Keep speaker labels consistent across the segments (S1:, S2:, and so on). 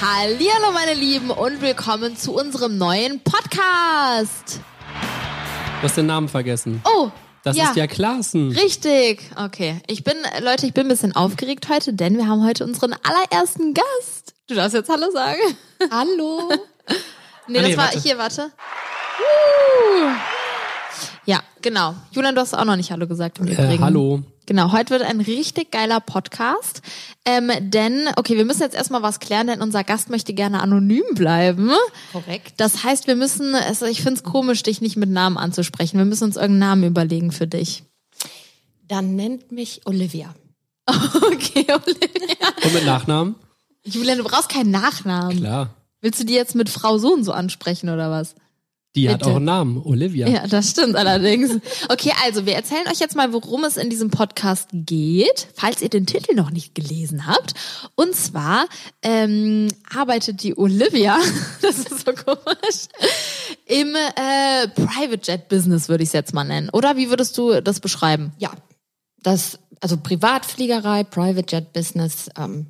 S1: Hallo meine Lieben und willkommen zu unserem neuen Podcast.
S2: Du hast den Namen vergessen.
S1: Oh,
S2: Das
S1: ja,
S2: ist ja Klaassen.
S1: richtig. Okay, ich bin Leute, ich bin ein bisschen aufgeregt heute, denn wir haben heute unseren allerersten Gast. Du darfst jetzt Hallo sagen.
S3: Hallo.
S1: Nee,
S2: Ah,
S1: das
S2: nee,
S1: war
S2: warte.
S1: hier, warte. Uh. Ja, genau. Julian, du hast auch noch nicht Hallo gesagt im
S2: Äh,
S1: Übrigen.
S2: hallo.
S1: Genau, heute wird ein richtig geiler Podcast. Ähm, denn, okay, wir müssen jetzt erstmal was klären, denn unser Gast möchte gerne anonym bleiben.
S3: Korrekt.
S1: Das heißt, wir müssen, also ich finde es komisch, dich nicht mit Namen anzusprechen. Wir müssen uns irgendeinen Namen überlegen für dich.
S3: Dann nennt mich Olivia.
S1: Okay, Olivia.
S2: Und mit Nachnamen?
S1: Julian, du brauchst keinen Nachnamen.
S2: Klar.
S1: Willst du die jetzt mit Frau so und so ansprechen oder was?
S2: Die hat
S1: Bitte.
S2: auch einen Namen, Olivia.
S1: Ja, das stimmt allerdings. Okay, also wir erzählen euch jetzt mal, worum es in diesem Podcast geht, falls ihr den Titel noch nicht gelesen habt. Und zwar ähm, arbeitet die Olivia, das ist so komisch, im äh, Private Jet Business würde ich es jetzt mal nennen. Oder wie würdest du das beschreiben?
S3: Ja. Das, also Privatfliegerei, Private Jet Business. Ähm,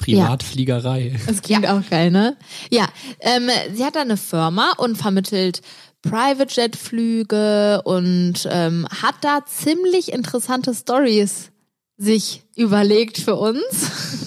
S2: Privatfliegerei.
S1: Das klingt auch geil, ne? Ja, ähm, sie hat da eine Firma und vermittelt Private Jet Flüge und ähm, hat da ziemlich interessante Stories sich überlegt für uns.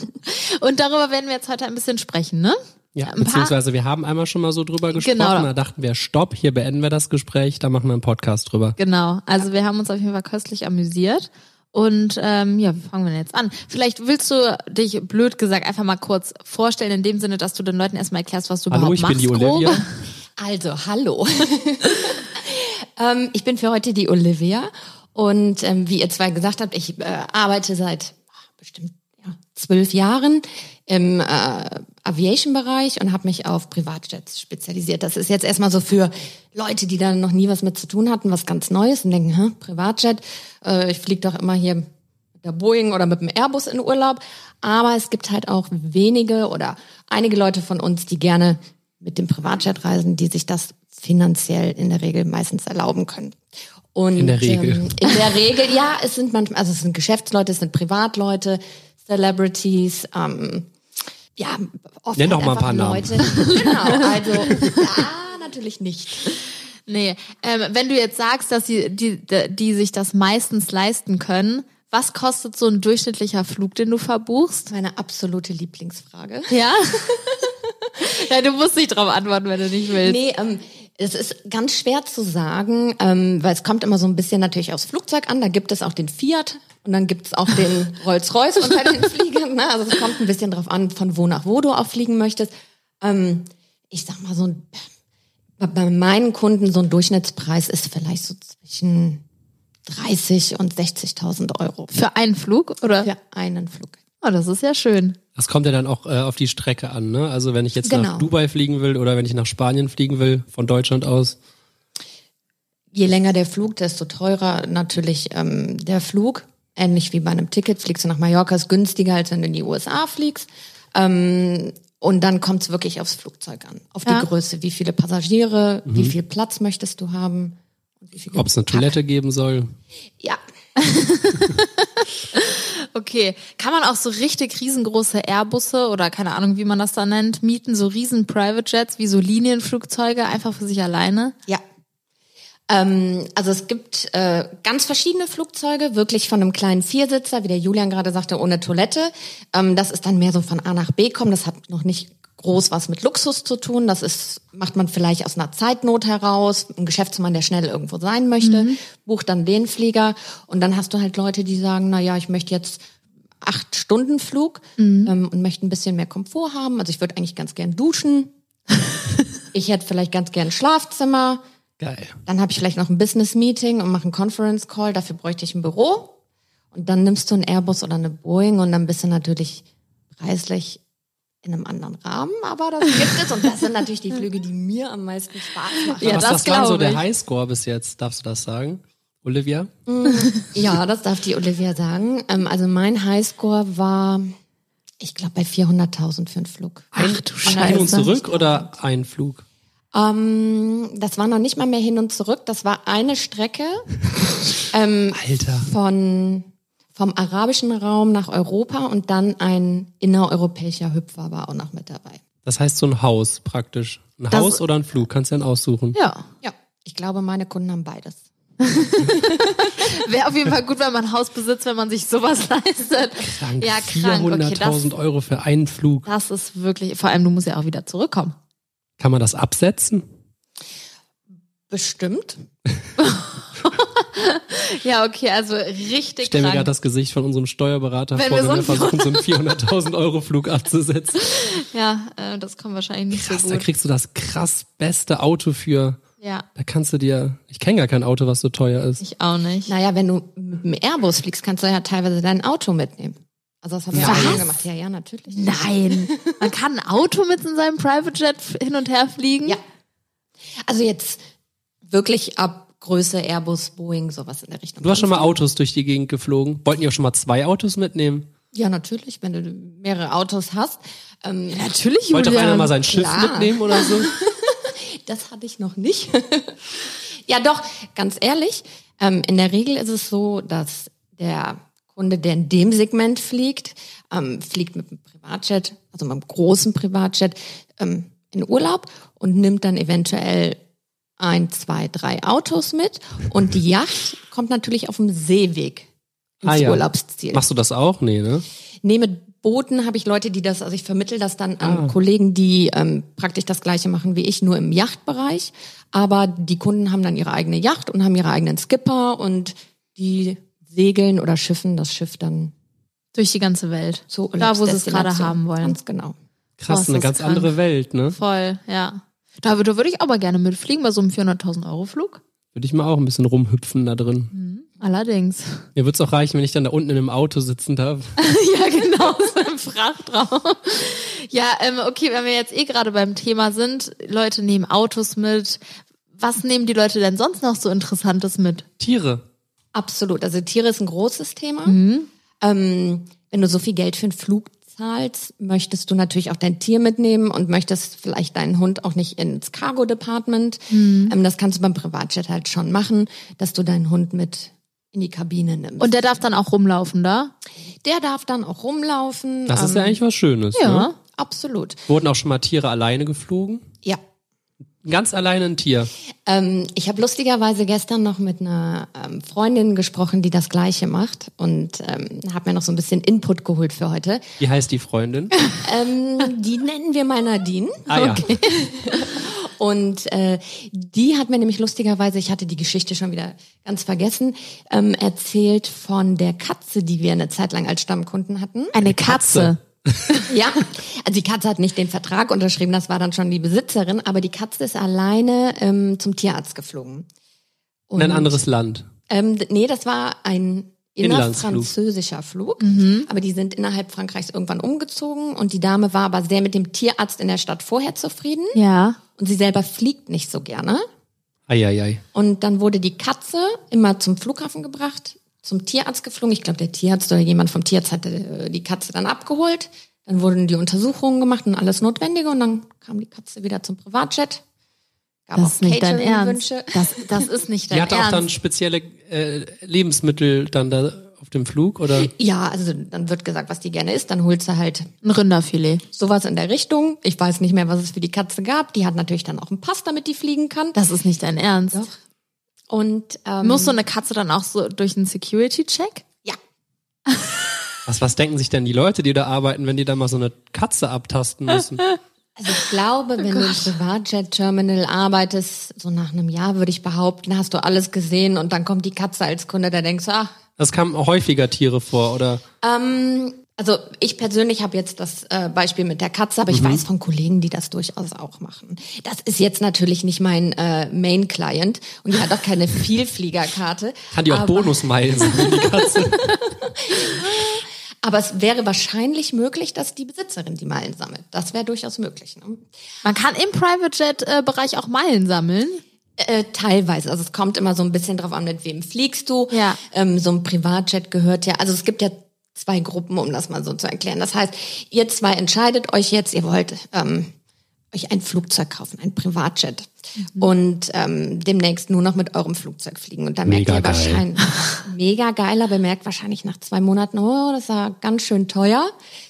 S1: Und darüber werden wir jetzt heute ein bisschen sprechen, ne?
S2: Ja,
S1: ein paar-
S2: beziehungsweise wir haben einmal schon mal so drüber gesprochen.
S1: Genau.
S2: Da dachten wir, stopp, hier beenden wir das Gespräch, da machen wir einen Podcast drüber.
S1: Genau. Also wir haben uns auf jeden Fall köstlich amüsiert. Und ähm, ja, wie fangen wir denn jetzt an? Vielleicht willst du dich blöd gesagt einfach mal kurz vorstellen, in dem Sinne, dass du den Leuten erstmal erklärst, was du
S2: Hallo,
S1: überhaupt
S2: ich bin
S1: machst.
S2: die
S1: grob.
S2: Olivia.
S3: also, hallo. ähm, ich bin für heute die Olivia. Und ähm, wie ihr zwei gesagt habt, ich äh, arbeite seit ah, bestimmt ja, zwölf Jahren im äh, Aviation-Bereich und habe mich auf Privatjets spezialisiert. Das ist jetzt erstmal so für Leute, die da noch nie was mit zu tun hatten, was ganz Neues und denken, hä, Privatjet, äh, ich fliege doch immer hier mit der Boeing oder mit dem Airbus in Urlaub. Aber es gibt halt auch wenige oder einige Leute von uns, die gerne mit dem Privatjet reisen, die sich das finanziell in der Regel meistens erlauben können. Und
S2: In der Regel.
S3: Ähm, in der Regel, ja, es sind manchmal, also es sind Geschäftsleute, es sind Privatleute, Celebrities, ähm, ja, oft
S2: Nenn
S3: halt
S2: doch mal ein
S3: einfach
S2: paar Namen.
S3: Leute. Genau, also ja, natürlich nicht.
S1: Nee, ähm, wenn du jetzt sagst, dass die, die, die sich das meistens leisten können, was kostet so ein durchschnittlicher Flug, den du verbuchst?
S3: Meine absolute Lieblingsfrage.
S1: Ja? ja, du musst nicht drauf antworten, wenn du nicht willst.
S3: Nee, ähm, es ist ganz schwer zu sagen, ähm, weil es kommt immer so ein bisschen natürlich aufs Flugzeug an. Da gibt es auch den Fiat und dann gibt es auch den Rolls-Royce unter den Fliegern. Ne? Also es kommt ein bisschen drauf an, von wo nach wo du auch fliegen möchtest. Ähm, ich sag mal so, ein, bei- bei meinen Kunden so ein Durchschnittspreis ist vielleicht so zwischen 30 und 60.000 Euro
S1: Für einen Flug, oder?
S3: für einen Flug.
S1: Oh, das ist ja schön.
S2: Das kommt ja dann auch äh, auf die Strecke an, ne? Also wenn ich jetzt
S3: Genau.
S2: nach Dubai fliegen will oder wenn ich nach Spanien fliegen will, von Deutschland aus.
S3: Je länger der Flug, desto teurer natürlich ähm, der Flug. Ähnlich wie bei einem Ticket. Fliegst du nach Mallorca, ist günstiger, als wenn du in die USA fliegst. Ähm, und dann kommt es wirklich aufs Flugzeug an. Auf
S1: Ja.
S3: die Größe. Wie viele Passagiere, wie viel Platz möchtest du haben? und wie viele
S2: Ob es Mhm. eine Toilette geben soll.
S3: Pack- Ja.
S1: Okay, kann man auch so richtig riesengroße Airbusse oder keine Ahnung, wie man das da nennt, mieten, so riesen Private Jets wie so Linienflugzeuge einfach für sich alleine?
S3: Ja. Ähm, also es gibt äh, ganz verschiedene Flugzeuge, wirklich von einem kleinen Viersitzer, wie der Julian gerade sagte, ohne Toilette. Ähm, das ist dann mehr so von A nach B kommen. Das hat noch nicht groß was mit Luxus zu tun. Das ist, macht man vielleicht aus einer Zeitnot heraus. Ein Geschäftsmann, der schnell irgendwo sein möchte, bucht dann den Flieger. Und dann hast du halt Leute, die sagen, na ja, ich möchte jetzt acht Stunden Flug ähm, und möchte ein bisschen mehr Komfort haben. Also ich würde eigentlich ganz gern duschen. ich hätte vielleicht ganz gern ein Schlafzimmer.
S2: Geil.
S3: Dann habe ich vielleicht noch ein Business Meeting und mache einen Conference Call. Dafür bräuchte ich ein Büro. Und dann nimmst du einen Airbus oder eine Boeing und dann bist du natürlich preislich in einem anderen Rahmen. Aber das gibt es und das sind natürlich die Flüge, die mir am meisten Spaß machen.
S1: Ja,
S2: Was
S1: das
S2: das war so
S1: glaub ich.
S2: der Highscore bis jetzt, darfst du das sagen? Olivia?
S3: Ja, das darf die Olivia sagen. Ähm, also mein Highscore war, ich glaube, bei 400.000 für einen Flug.
S1: Ach du
S2: Hin
S1: Scheiße.
S2: und zurück oder ein Flug?
S3: Ähm, das war noch nicht mal mehr hin und zurück. Das war eine Strecke Ähm,
S2: Alter.
S3: von vom arabischen Raum nach Europa und dann ein innereuropäischer Hüpfer war auch noch mit dabei.
S2: Das heißt so ein Haus praktisch. Ein
S1: Das-
S2: Haus oder ein Flug, kannst du dann aussuchen.
S1: Ja.
S3: Ja, ich glaube, meine Kunden haben beides.
S1: Wäre auf jeden Fall gut, wenn man ein Haus besitzt, wenn man sich sowas leistet.
S2: Krank.
S1: Ja, krank. Okay,
S2: 400.000
S1: das,
S2: Euro für einen Flug.
S1: das ist wirklich, vor allem du musst ja auch wieder zurückkommen.
S2: Kann man das absetzen?
S3: Bestimmt.
S1: Ja, okay, also richtig
S2: Ich stelle mir
S1: krank.
S2: gerade das Gesicht von unserem Steuerberater
S1: Wenn
S2: vor,
S1: wir
S2: wenn wir
S1: so einen
S2: versuchen, so einen 400.000 Euro Flug abzusetzen.
S1: ja, äh, das kommt wahrscheinlich nicht
S2: Krass,
S1: so
S2: da
S1: gut.
S2: kriegst du das krass beste Auto für.
S1: Ja,
S2: Da kannst du dir. Ich kenne gar kein Auto, was so teuer ist.
S1: ich auch nicht.
S3: Naja, wenn du mit dem Airbus fliegst, kannst du ja teilweise dein Auto mitnehmen. Also das haben wir auch
S1: Was?
S3: schon gemacht. Ja, ja, natürlich.
S1: Nein, man kann ein Auto mit in seinem Private Jet f- hin und her fliegen.
S3: Ja. Also jetzt wirklich ab Größe Airbus, Boeing, sowas in der Richtung.
S2: Du hast schon mal Autos durch die Gegend geflogen. Wollten ihr auch schon mal zwei Autos mitnehmen?
S3: Ja, natürlich, wenn du mehrere Autos hast. Ähm,
S1: Natürlich,
S2: Wollte doch einer
S1: Julian.
S2: mal sein Schiff
S3: klar.
S2: mitnehmen oder so?
S3: das hatte ich noch nicht. ja, doch, ganz ehrlich, ähm, in der Regel ist es so, dass der Kunde, der in dem Segment fliegt, ähm, fliegt mit einem Privatjet, also mit einem großen Privatjet, ähm, in Urlaub und nimmt dann eventuell ein, zwei, drei Autos mit. Und die Yacht kommt natürlich auf dem Seeweg ins
S2: Ah, ja.
S3: Urlaubsziel.
S2: Machst du das auch? Nee, ne?
S3: Nee, mit Booten habe ich Leute, die das, also ich vermittel das dann an Kollegen, die ähm, praktisch das Gleiche machen wie ich, nur im Yachtbereich. Aber die Kunden haben dann ihre eigene Yacht und haben ihre eigenen Skipper und die segeln oder schiffen das Schiff dann
S1: Durch die ganze Welt.
S3: zur
S1: Da, wo sie es
S3: Urlaubsdestination.
S1: gerade haben wollen.
S3: Ganz genau.
S1: Oh,
S2: Krass,
S1: ist
S2: eine
S1: das
S2: ganz
S1: krank.
S2: andere Welt, ne?
S1: Voll, ja. Da würde, würde ich aber gerne mitfliegen bei so einem 400.000 Euro Flug.
S2: Würde ich mal auch ein bisschen rumhüpfen da drin.
S1: Allerdings.
S2: Mir würde es auch reichen, wenn ich dann da unten in einem Auto sitzen darf.
S1: ja, genau, so im Frachtraum. Ja, ähm, okay, wenn wir jetzt eh gerade beim Thema sind, Leute nehmen Autos mit. Was nehmen die Leute denn sonst noch so Interessantes mit?
S2: Tiere.
S3: Absolut. Also Tiere ist ein großes Thema.
S1: Mhm.
S3: Ähm, wenn du so viel Geld für einen Flug zahlst, möchtest du natürlich auch dein Tier mitnehmen und möchtest vielleicht deinen Hund auch nicht ins Cargo Department.
S1: Mhm.
S3: Ähm, das kannst du beim Privatjet halt schon machen, dass du deinen Hund mit in die Kabine nimmst.
S1: Und der darf dann auch rumlaufen da?
S3: der darf dann auch rumlaufen.
S2: Das ist
S3: ähm,
S2: ja eigentlich was Schönes. Ne?
S3: absolut.
S2: Wurden auch schon mal Tiere alleine geflogen?
S3: Ja.
S2: Ganz alleine ein Tier.
S3: Ähm, ich habe lustigerweise gestern noch mit einer ähm, Freundin gesprochen, die das Gleiche macht und ähm, habe mir noch so ein bisschen Input geholt für heute.
S2: Wie heißt die Freundin?
S3: Ähm, die nennen wir mal Nadine.
S2: Ah ja.
S3: Und äh, die hat mir nämlich lustigerweise, ich hatte die Geschichte schon wieder ganz vergessen, ähm, erzählt von der Katze, die wir eine Zeit lang als Stammkunden hatten.
S1: Eine Katze.
S3: Ja, also die Katze hat nicht den Vertrag unterschrieben, das war dann schon die Besitzerin, aber die Katze ist alleine ähm, zum Tierarzt geflogen.
S2: In
S3: Und,
S2: ein anderes Land.
S3: Ähm, d- nee, das war ein
S2: Inlandsflug.
S3: innerfranzösischer Flug, aber die sind innerhalb Frankreichs irgendwann umgezogen und die Dame war aber sehr mit dem Tierarzt in der Stadt vorher zufrieden
S1: Ja.
S3: und sie selber fliegt nicht so gerne.
S2: Eieiei.
S3: Und dann wurde die Katze immer zum Flughafen gebracht, zum Tierarzt geflogen. Ich glaube, der Tierarzt oder jemand vom Tierarzt hatte äh, die Katze dann abgeholt. Dann wurden die Untersuchungen gemacht und alles Notwendige. Und dann kam die Katze wieder zum Privatjet. Gab
S1: Das ist nicht dein Ernst.
S3: Catering-Wünsche.
S1: Das, das ist nicht
S2: Die
S1: dein
S2: hatte auch dann
S1: Ernst.
S2: spezielle äh, Lebensmittel dann da auf dem Flug oder
S3: Ja, also dann wird gesagt, was die gerne isst. Dann holst du halt
S1: Ein Rinderfilet.
S3: sowas in der Richtung. Ich weiß nicht mehr, was es für die Katze gab. Die hat natürlich dann auch einen Pass, damit die fliegen kann.
S1: Das ist nicht dein Ernst.
S3: Doch. Und ähm,
S1: Muss so eine Katze dann auch so durch einen Security-Check?
S3: ja,
S2: was, was denken sich denn die Leute, die da arbeiten, wenn die da mal so eine Katze abtasten müssen?
S3: Also ich glaube, wenn du im Privatjet-Terminal arbeitest, so nach einem Jahr würde ich behaupten, hast du alles gesehen und dann kommt die Katze als Kunde, da denkst du, ach,
S2: Das kamen auch häufiger Tiere vor oder
S3: also ich persönlich habe jetzt das äh, Beispiel mit der Katze, aber ich
S2: Mhm.
S3: weiß von Kollegen, die das durchaus auch machen. Das ist jetzt natürlich nicht mein äh, Main-Client und die hat auch keine Vielfliegerkarte.
S2: kann die auch
S3: aber,
S2: Bonusmeilen sein, die Katze?
S3: aber es wäre wahrscheinlich möglich, dass die Besitzerin die Meilen sammelt. Das wäre durchaus möglich. Ne?
S1: Man kann im Private Jet-Bereich auch Meilen sammeln.
S3: Äh, teilweise. Also es kommt immer so ein bisschen drauf an, mit wem fliegst du.
S1: Ja.
S3: Ähm, so ein Privatjet gehört ja. Also es gibt ja zwei Gruppen, um das mal so zu erklären. Das heißt, ihr zwei entscheidet euch jetzt, ihr wollt ähm, euch ein Flugzeug kaufen, ein Privatjet. Und ähm, demnächst nur noch mit eurem Flugzeug fliegen. Und da merkt
S2: Mega
S3: ihr
S2: geil.
S3: wahrscheinlich, mega geil, aber merkt wahrscheinlich nach zwei Monaten, oh, das war ganz schön teuer.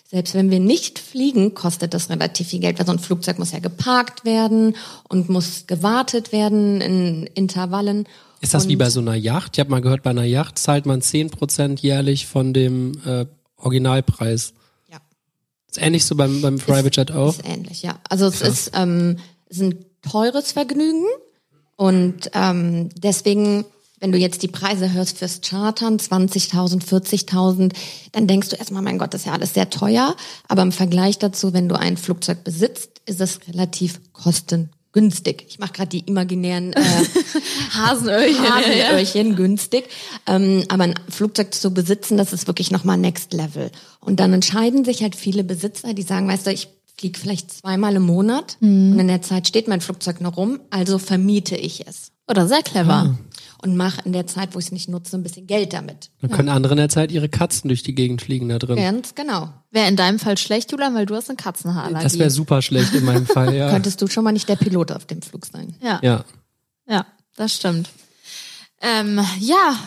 S3: Selbst wenn wir nicht fliegen, kostet das relativ viel Geld, weil so ein Flugzeug muss ja geparkt werden und muss gewartet werden in Intervallen.
S2: Ist das wie
S3: Und-
S2: bei so einer Yacht? Ich habe mal gehört, bei einer Yacht zahlt man 10% jährlich von dem äh, Originalpreis.
S3: Ja.
S2: Ist ähnlich so beim, beim Private Jet auch.
S3: Ist ähnlich, ja. Also es ist, ähm, es ist ein teures Vergnügen und ähm, deswegen, wenn du jetzt die Preise hörst fürs Chartern, 20.000, 40.000, dann denkst du erstmal, mein Gott, das ist ja alles sehr teuer. Aber im Vergleich dazu, wenn du ein Flugzeug besitzt, ist es relativ kostengünstig. Ich mache gerade die imaginären äh,
S1: Hasenöhrchen.
S3: Hasenöhrchen günstig. Ähm, aber ein Flugzeug zu besitzen, das ist wirklich nochmal Next Level. Und dann entscheiden sich halt viele Besitzer, die sagen, weißt du, ich fliege vielleicht zweimal im Monat
S1: Mhm.
S3: und in der Zeit steht mein Flugzeug noch rum, also vermiete ich es. Ah.
S1: Oder sehr clever.
S3: Und mache in der Zeit, wo ich es nicht nutze, ein bisschen Geld damit.
S2: Da können andere in der Zeit ihre Katzen durch die Gegend fliegen da
S1: Hm.
S2: drin.
S3: Ganz genau.
S1: Wäre in deinem Fall schlecht, Julian, weil du hast eine Katzenhaarallergie.
S2: Das wäre super schlecht in meinem Fall, ja.
S3: Könntest du schon mal nicht der Pilot auf dem Flug sein.
S1: Ja, ja.
S2: Ja.
S1: das stimmt. Ähm, ja,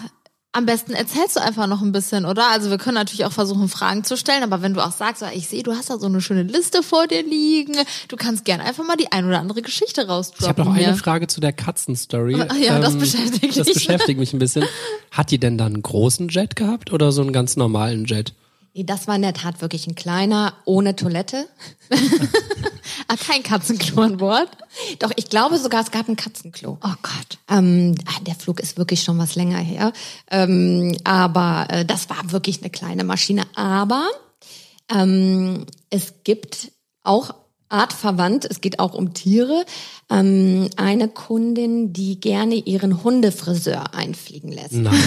S1: am besten erzählst du einfach noch ein bisschen, oder? Also wir können natürlich auch versuchen, Fragen zu stellen, aber wenn du auch sagst, so, ich sehe, du hast da so eine schöne Liste vor dir liegen, du kannst gern einfach mal die ein oder andere Geschichte rausdroppen.
S2: Ich habe noch
S1: hier.
S2: eine Frage zu der Katzenstory. Ähm,
S1: Ach Ah, ja, das beschäftigt
S2: Das
S1: dich.
S2: beschäftigt mich ein bisschen. Hat die denn dann einen großen Jet gehabt oder so einen ganz normalen Jet?
S3: Nee, das war in der Tat wirklich ein kleiner, ohne Toilette.
S1: Ah, kein Katzenklo an Bord.
S3: Doch ich glaube sogar, es gab ein Katzenklo.
S1: Oh Gott.
S3: Ähm, ah, der Flug ist wirklich schon was länger her. Ähm, aber äh, das war wirklich eine kleine Maschine. Aber ähm, es gibt auch artverwandt, es geht auch um Tiere, ähm, eine Kundin, die gerne ihren Hundefriseur einfliegen lässt
S2: Nein.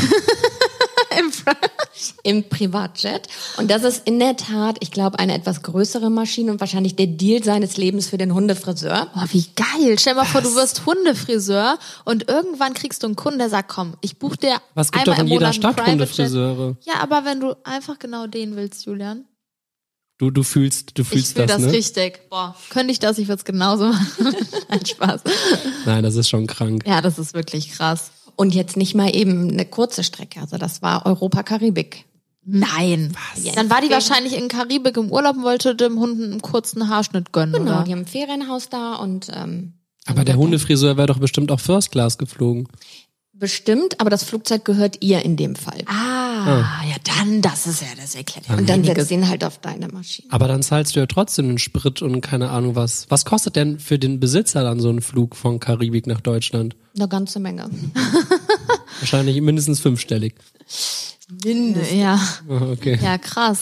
S3: im Privatjet. Und das ist in der Tat, ich glaube, eine etwas größere Maschine und wahrscheinlich der Deal seines Lebens für den Hundefriseur.
S1: Oh, wie geil. Stell mal vor, du wirst Hundefriseur und irgendwann kriegst du einen Kunden, der sagt, komm, ich buche dir
S2: Was gibt
S1: einmal
S2: doch in
S1: im
S2: jeder
S1: Monat einen
S2: Stadt
S1: Private
S2: Hundefriseure?
S1: Jet. Ja, aber wenn du einfach genau den willst, Julian.
S2: Du, du fühlst, du fühlst
S1: ich will das,
S2: ne?
S1: richtig. Boah, könnte ich das, ich würde es genauso machen. Ein Spaß.
S2: Nein, das ist schon krank.
S1: Ja, das ist wirklich krass.
S3: Und jetzt nicht mal eben eine kurze Strecke. Also das war Europa-Karibik.
S1: Nein.
S2: Was?
S1: Dann war die wahrscheinlich in Karibik im Urlaub und wollte dem Hund einen kurzen Haarschnitt gönnen,
S3: Genau,
S1: oder?
S3: die haben ein Ferienhaus da und ähm,
S2: Aber der Hundefriseur wäre doch bestimmt auch First Class geflogen.
S3: bestimmt, aber das Flugzeug gehört ihr in dem Fall.
S1: Ah, ja, dann, das ist ja, das erklärt ja
S3: und dann
S1: einiges.
S3: setzt ihn halt auf deine Maschine.
S2: Aber dann zahlst du ja trotzdem den Sprit und keine Ahnung was. Was kostet denn für den Besitzer dann so ein Flug von Karibik nach Deutschland?
S3: Eine ganze Menge.
S2: Wahrscheinlich mindestens fünfstellig. Ah,
S1: Ja,
S2: Okay.
S1: ja, krass.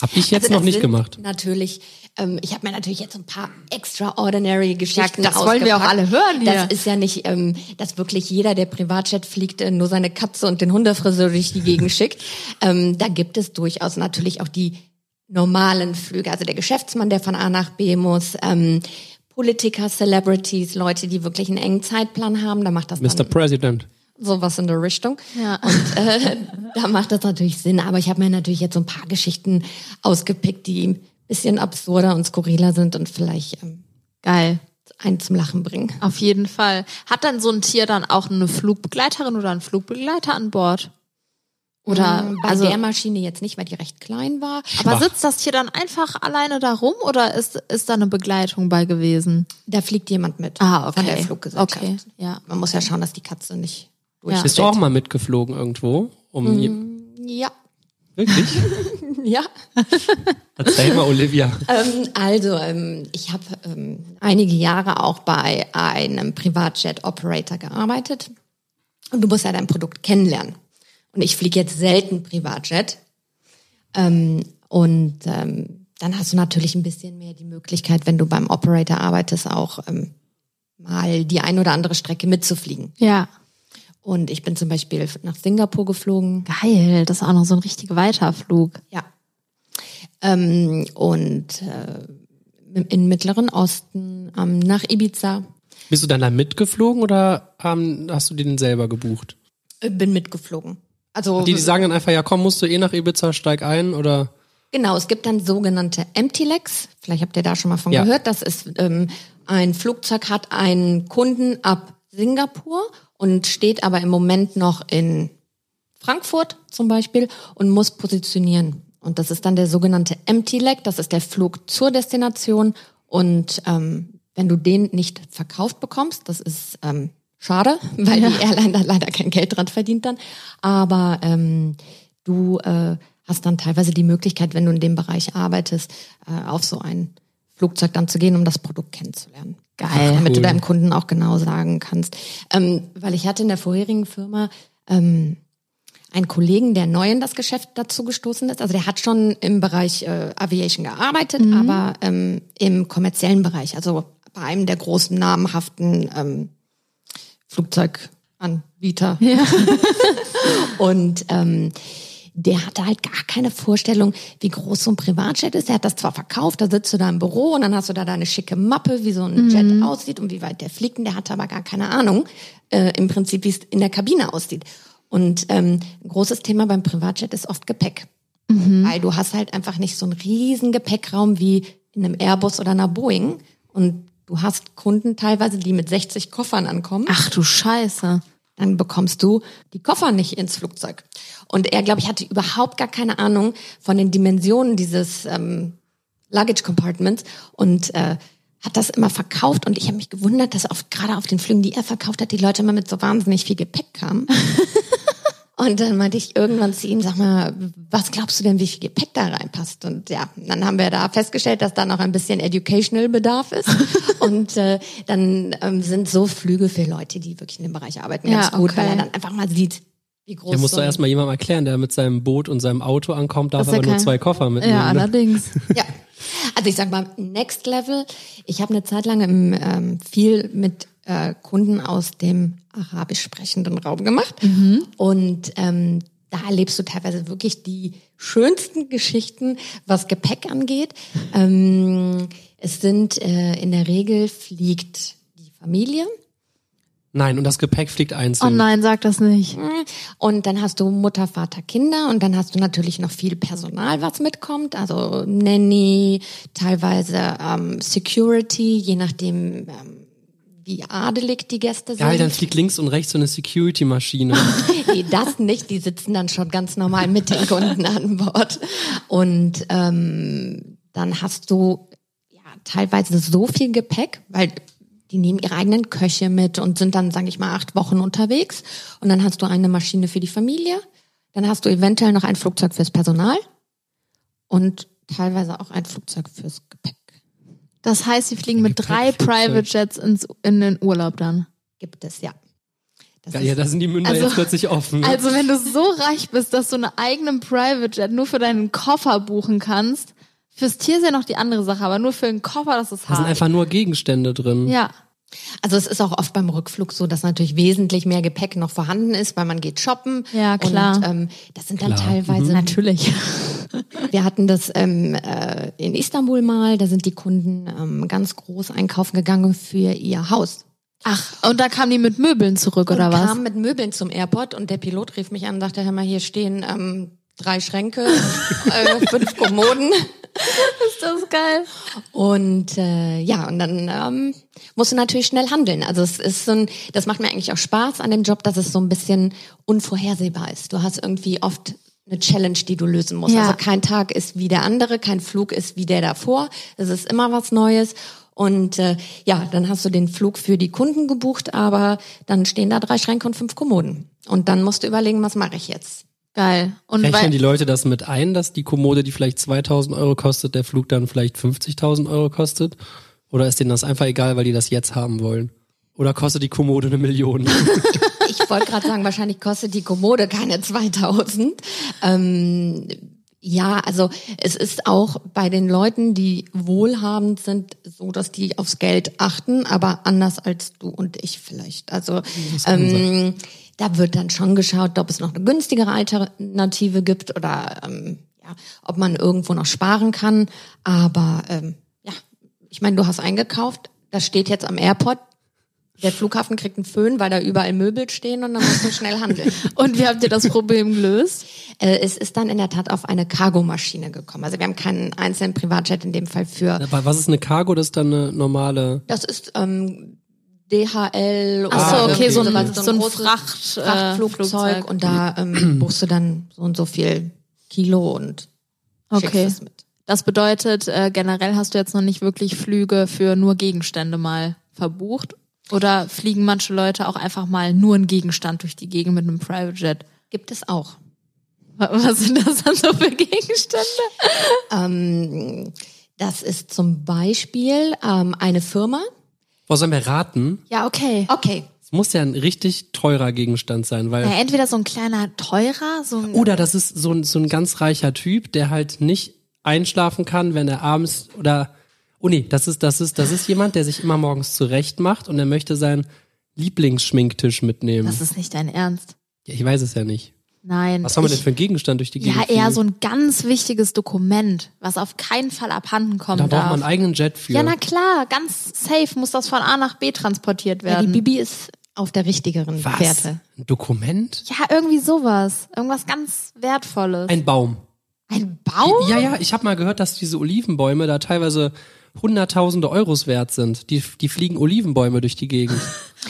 S2: Hab ich jetzt
S3: Also
S2: noch
S3: das
S2: nicht
S3: sind
S2: gemacht.
S3: Natürlich, ähm, ich habe mir natürlich jetzt so ein paar extraordinary Geschichten.
S1: das wollen wir auch
S3: ausgepackt.
S1: alle hören hier.
S3: Das ist ja nicht, ähm, dass wirklich jeder, der Privatjet fliegt, äh, nur seine Katze und den Hundefriseur durch die Gegend schickt. Ähm, da gibt es durchaus natürlich auch die normalen Flüge. Also der Geschäftsmann, der von A nach B muss, ähm, Politiker, Celebrities, Leute, die wirklich einen engen Zeitplan haben, da macht das
S2: Mr.
S3: dann
S2: President.
S3: sowas in der Richtung.
S1: Ja.
S3: Und äh, da macht das natürlich Sinn. Aber ich habe mir natürlich jetzt so ein paar Geschichten ausgepickt, die ein bisschen absurder und skurriler sind und vielleicht ähm,
S1: Geil.
S3: einen zum Lachen bringen.
S1: Auf jeden Fall. Hat dann so ein Tier dann auch eine Flugbegleiterin oder einen Flugbegleiter an Bord? Oder
S3: Ähm, Bei
S1: also,
S3: der Maschine jetzt nicht, weil die recht klein war.
S1: aber sitzt das Tier dann einfach alleine da rum oder ist, ist da eine Begleitung bei gewesen?
S3: Da fliegt jemand mit
S1: Ah, okay.
S3: von der Fluggesellschaft.
S1: Okay, ja.
S3: Man muss ja schauen, dass die Katze nicht durch.
S1: Ja.
S2: Bist du auch mal mitgeflogen irgendwo? Um je-
S3: Ja,
S2: Wirklich?
S3: ja.
S2: Erzähl mal, Olivia.
S3: Ähm, also, ähm, ich habe ähm, einige Jahre auch bei einem Privatjet-Operator gearbeitet. Und du musst ja dein Produkt kennenlernen. Und ich fliege jetzt selten Privatjet. Ähm, und ähm, dann hast du natürlich ein bisschen mehr die Möglichkeit, wenn du beim Operator arbeitest, auch ähm, mal die ein oder andere Strecke mitzufliegen.
S1: Ja.
S3: Und ich bin zum Beispiel nach Singapur geflogen.
S1: Geil, das ist auch noch so ein richtig weiter Flug.
S3: Ja. Ähm, und äh, im im Mittleren Osten, ähm, nach Ibiza.
S2: Bist du dann da mitgeflogen oder ähm, hast du den selber gebucht?
S3: Äh, Bin mitgeflogen. Also
S2: Die, die sagen dann einfach, ja komm, musst du eh nach Ibiza, steig ein oder...
S3: genau, es gibt dann sogenannte Empty-Legs. Vielleicht habt ihr da schon mal von
S2: Ja.
S3: gehört. Das ist ähm, ein Flugzeug hat einen Kunden ab Singapur und steht aber im Moment noch in Frankfurt zum Beispiel und muss positionieren. Und das ist dann der sogenannte Empty Leg, das ist der Flug zur Destination. Und ähm, wenn du den nicht verkauft bekommst, das ist ähm, schade, weil die Airline da leider kein Geld dran verdient dann. Aber ähm, du äh, hast dann teilweise die Möglichkeit, wenn du in dem Bereich arbeitest, äh, auf so ein Flugzeug dann zu gehen, um das Produkt kennenzulernen.
S1: Geil.
S3: Damit du
S2: Cool.
S3: deinem Kunden auch genau sagen kannst. Ähm, weil ich hatte in der vorherigen Firma ähm, einen Kollegen, der neu in das Geschäft dazu gestoßen ist. Also der hat schon im Bereich äh, Aviation gearbeitet, aber ähm, im kommerziellen Bereich, also bei einem der großen namhaften ähm, Flugzeuganbieter. Und ähm, der hatte halt gar keine Vorstellung, wie groß so ein Privatjet ist. Er hat das zwar verkauft, da sitzt du da im Büro und dann hast du da deine schicke Mappe, wie so ein Jet aussieht und wie weit der fliegt. Und der hatte aber gar keine Ahnung, äh, im Prinzip, wie es in der Kabine aussieht. Und ähm, ein großes Thema beim Privatjet ist oft Gepäck. Weil du hast halt einfach nicht so einen riesen Gepäckraum wie in einem Airbus oder einer Boeing. Und du hast Kunden teilweise, die mit 60 Koffern ankommen
S1: Ach du Scheiße.
S3: dann bekommst du die Koffer nicht ins Flugzeug. Und er, glaube ich, hatte überhaupt gar keine Ahnung von den Dimensionen dieses ähm, Luggage Compartments und äh, hat das immer verkauft. Und ich habe mich gewundert, dass auf, gerade auf den Flügen, die er verkauft hat, die Leute immer mit so wahnsinnig viel Gepäck kamen. Und dann meinte ich irgendwann zu ihm, sag mal, was glaubst du denn, wie viel Gepäck da reinpasst? Und ja, dann haben wir da festgestellt, dass da noch ein bisschen Educational Bedarf ist. Und äh, dann ähm, sind so Flüge für Leute, die wirklich in dem Bereich arbeiten, ganz
S1: Ja,
S3: gut,
S1: okay.
S3: weil er dann einfach mal sieht, wie groß
S2: Der muss
S3: so
S2: doch
S3: ein-
S2: erstmal jemandem erklären, der mit seinem Boot und seinem Auto ankommt, darf
S1: Dass er
S2: aber nur
S1: kein-
S2: zwei Koffer mitnehmen.
S1: Ja,
S2: ne?
S1: allerdings.
S3: Ja. Also ich sag mal, Next Level. Ich habe eine Zeit lang im, ähm, viel mit äh, Kunden aus dem arabisch sprechenden Raum gemacht. Und ähm, da erlebst du teilweise wirklich die schönsten Geschichten, was Gepäck angeht. Ähm, es sind äh, in der Regel fliegt die Familie.
S2: Nein, und das Gepäck fliegt
S1: Oh
S2: einzeln.
S1: nein, sag das nicht.
S3: Und dann hast du Mutter, Vater, Kinder und dann hast du natürlich noch viel Personal, was mitkommt, also Nanny, teilweise ähm, Security, je nachdem, ähm, wie adelig die Gäste sind.
S2: Geil, dann fliegt links und rechts so eine Security-Maschine.
S3: Nee, das nicht. Die sitzen dann schon ganz normal mit den Kunden an Bord. Und ähm, dann hast du ja teilweise so viel Gepäck, weil die nehmen ihre eigenen Köche mit und sind dann, sage ich mal, acht Wochen unterwegs. Und dann hast du eine Maschine für die Familie. Dann hast du eventuell noch ein Flugzeug fürs Personal und teilweise auch ein Flugzeug fürs Gepäck.
S1: Das heißt, sie fliegen mit drei
S2: Gepäckflugzeug.
S1: Private Jets ins, in den Urlaub dann.
S3: Gibt es, ja. Das
S2: ja,
S3: ist-
S2: ja, da sind die Münder
S1: Also-
S2: jetzt plötzlich offen. Ne?
S1: Also wenn du so reich bist, dass du einen eigenen Private Jet nur für deinen Koffer buchen kannst, fürs Tier ist ja noch die andere Sache, aber nur für den Koffer, das ist
S2: da sind
S1: hart.
S2: einfach nur Gegenstände drin.
S1: ja.
S3: Also es ist auch oft beim Rückflug so, dass natürlich wesentlich mehr Gepäck noch vorhanden ist, weil man geht shoppen.
S1: Ja, klar.
S3: Und ähm, das sind dann
S2: Klar.
S3: teilweise.
S1: Natürlich.
S3: Wir hatten das ähm, äh, in Istanbul mal, da sind die Kunden ähm, ganz groß einkaufen gegangen für ihr Haus.
S1: Ach, und da kamen die mit Möbeln zurück, oder
S3: und
S1: was?
S3: kamen mit Möbeln zum Airport und der Pilot rief mich an und sagte, hör mal, hier stehen ähm, drei Schränke, äh, fünf Kommoden.
S1: Ist das geil?
S3: Und äh, ja, und dann ähm, musst du natürlich schnell handeln. Also es ist so ein, das macht mir eigentlich auch Spaß an dem Job, dass es so ein bisschen unvorhersehbar ist. Du hast irgendwie oft eine Challenge, die du lösen musst.
S1: Ja.
S3: Also kein Tag ist wie der andere, kein Flug ist wie der davor. Es ist immer was Neues. Und äh, ja, dann hast du den Flug für die Kunden gebucht, aber dann stehen da drei Schränke und fünf Kommoden. Und dann musst du überlegen, was mache ich jetzt?
S1: Geil. Und
S2: Rechnen die
S1: weil,
S2: Leute das mit ein, dass die Kommode, die vielleicht 2000 Euro kostet, der Flug dann vielleicht 50.000 Euro kostet? Oder ist denen das einfach egal, weil die das jetzt haben wollen? Oder kostet die Kommode eine Million?
S3: Ich wollte gerade sagen, wahrscheinlich kostet die Kommode keine 2000. Ähm, ja, also es ist auch bei den Leuten, die wohlhabend sind, so, dass die aufs Geld achten, aber anders als du und ich vielleicht. Also
S2: kann
S3: ähm, da wird dann schon geschaut, ob es noch eine günstigere Alternative gibt oder ähm, ja, ob man irgendwo noch sparen kann. Aber ähm, ja, ich meine, du hast eingekauft, das steht jetzt am Airport, der Flughafen kriegt einen Föhn, weil da überall Möbel stehen und dann muss man schnell handeln.
S1: und wie habt ihr das Problem gelöst?
S3: äh, es ist dann in der Tat auf eine Cargomaschine gekommen. Also wir haben keinen einzelnen Privatjet in dem Fall für.
S2: Aber was ist eine Cargo? Das ist dann eine normale...
S3: Das ist ähm, DHL
S1: Ach so,
S3: oder
S1: okay, so ein-
S3: irgendwie
S1: so ein
S3: großes
S1: Fracht, äh,
S3: Frachtflugzeug
S1: Flugzeug.
S3: und da ähm, buchst du dann so und so viel Kilo und schickst
S1: Okay.
S3: es mit.
S1: Das bedeutet, äh, generell hast du jetzt noch nicht wirklich Flüge für nur Gegenstände mal verbucht. Oder fliegen manche Leute auch einfach mal nur einen Gegenstand durch die Gegend mit einem Private Jet?
S3: Gibt es auch.
S1: Wa- Was sind das dann so für Gegenstände?
S3: Ähm, das ist zum Beispiel ähm, eine Firma.
S2: Boah, sollen wir raten?
S1: Ja, okay.
S3: Okay.
S2: Es muss ja ein richtig teurer Gegenstand sein, weil.
S1: Ja, entweder so ein kleiner teurer, so ein
S2: Oder das ist so ein, so ein ganz reicher Typ, der halt nicht einschlafen kann, wenn er abends oder oh nee, das ist, das ist, das ist jemand, der sich immer morgens zurecht macht und er möchte seinen Lieblingsschminktisch mitnehmen.
S1: Das ist nicht dein Ernst.
S2: ja, ich weiß es ja nicht.
S1: Nein.
S2: Was haben wir
S1: Ich-
S2: denn für einen Gegenstand durch die Gegend?
S1: Ja, eher
S2: fliegen?
S1: so ein ganz wichtiges Dokument, was auf keinen Fall abhanden kommen
S2: Da braucht
S1: darf.
S2: man einen eigenen Jet für.
S1: ja, na klar, ganz safe muss das von A nach B transportiert
S3: Ja, die
S1: werden.
S3: Bibi ist auf der richtigeren
S2: Was?
S3: Fährte.
S2: Ein Dokument?
S1: Ja, irgendwie sowas. Irgendwas ganz Wertvolles.
S2: Ein Baum.
S1: Ein Baum?
S2: Ja, ja, ich habe mal gehört, dass diese Olivenbäume da teilweise hunderttausende Euros wert sind. Die, die fliegen Olivenbäume durch die Gegend.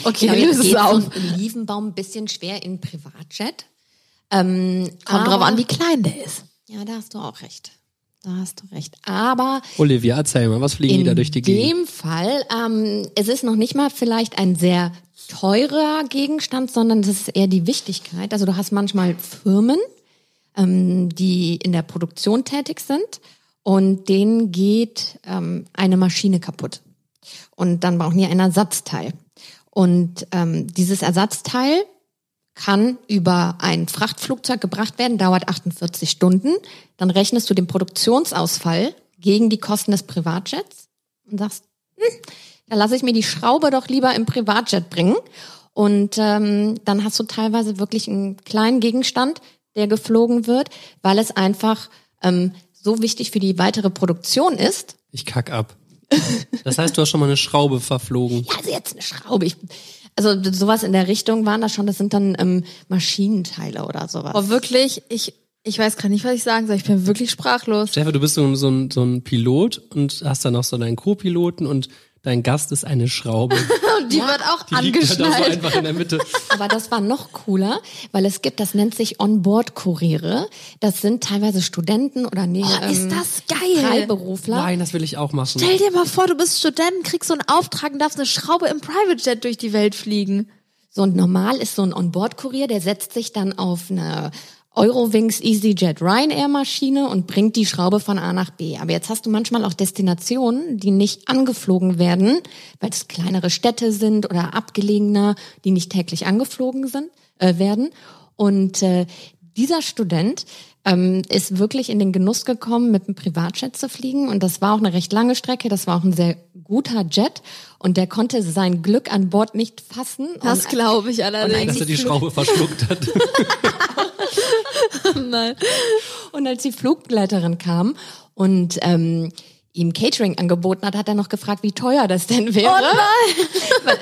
S1: Okay,
S3: Genau, jetzt
S1: löse es
S3: geht
S1: auf.
S3: so ein Olivenbaum ein bisschen schwer in Privatjet. Ähm,
S1: Kommt
S3: aber-
S1: drauf an, wie klein der ist.
S3: Ja, da hast du auch recht. Da hast du recht. Aber
S2: Olivia, erzähl mal, was fliegen die da
S3: in
S2: durch die Gegend?
S3: dem Fall, ähm, es ist noch nicht mal vielleicht ein sehr teurer Gegenstand, sondern das ist eher die Wichtigkeit. Also du hast manchmal Firmen, ähm, die in der Produktion tätig sind und denen geht ähm, eine Maschine kaputt. Und dann brauchen die ein Ersatzteil. Und ähm, dieses Ersatzteil kann über ein Frachtflugzeug gebracht werden, dauert 48 Stunden. Dann rechnest du den Produktionsausfall gegen die Kosten des Privatjets und sagst, hm, da lasse ich mir die Schraube doch lieber im Privatjet bringen. Und ähm, dann hast du teilweise wirklich einen kleinen Gegenstand, der geflogen wird, weil es einfach ähm, so wichtig für die weitere Produktion ist.
S2: Ich kack ab. Das heißt, du hast schon mal eine Schraube verflogen.
S3: Ja, also jetzt eine Schraube. Ich, also sowas in der Richtung waren das schon. Das sind dann ähm, Maschinenteile oder sowas.
S1: Oh, wirklich, ich, ich weiß gerade nicht, was ich sagen soll. Ich bin wirklich sprachlos.
S2: Stefan, du bist so ein, so, ein, so ein Pilot und hast dann noch so deinen Co-Piloten und dein Gast ist eine Schraube.
S1: Und die wird auch
S2: Die liegt halt auch so
S1: angeschnallt.
S2: einfach in der Mitte.
S3: Aber das war noch cooler, weil es gibt, das nennt sich Onboard-Kuriere. Das sind teilweise Studenten oder nee,
S1: Oh, ist
S3: ähm,
S1: das geil.
S3: Freiberufler.
S2: Nein, das will ich auch machen.
S1: Stell dir mal vor, du bist Student, kriegst so einen Auftrag und darfst eine Schraube im Private Jet durch die Welt fliegen.
S3: So und normal ist so ein Onboard-Kurier, der setzt sich dann auf eine Eurowings EasyJet Ryanair-Maschine und bringt die Schraube von A nach B. Aber jetzt hast du manchmal auch Destinationen, die nicht angeflogen werden, weil es kleinere Städte sind oder abgelegener, die nicht täglich angeflogen sind, äh, werden. Und äh, dieser Student ähm, ist wirklich in den Genuss gekommen, mit einem Privatjet zu fliegen. Und das war auch eine recht lange Strecke. Das war auch ein sehr guter Jet. Und der konnte sein Glück an Bord nicht fassen.
S1: Das
S3: und
S1: glaube ich allerdings.
S2: dass er die Schraube verschluckt hat.
S1: Nein.
S3: Und als die Flugbegleiterin kam und ähm, ihm Catering angeboten hat, hat er noch gefragt, wie teuer das denn wäre. Weil-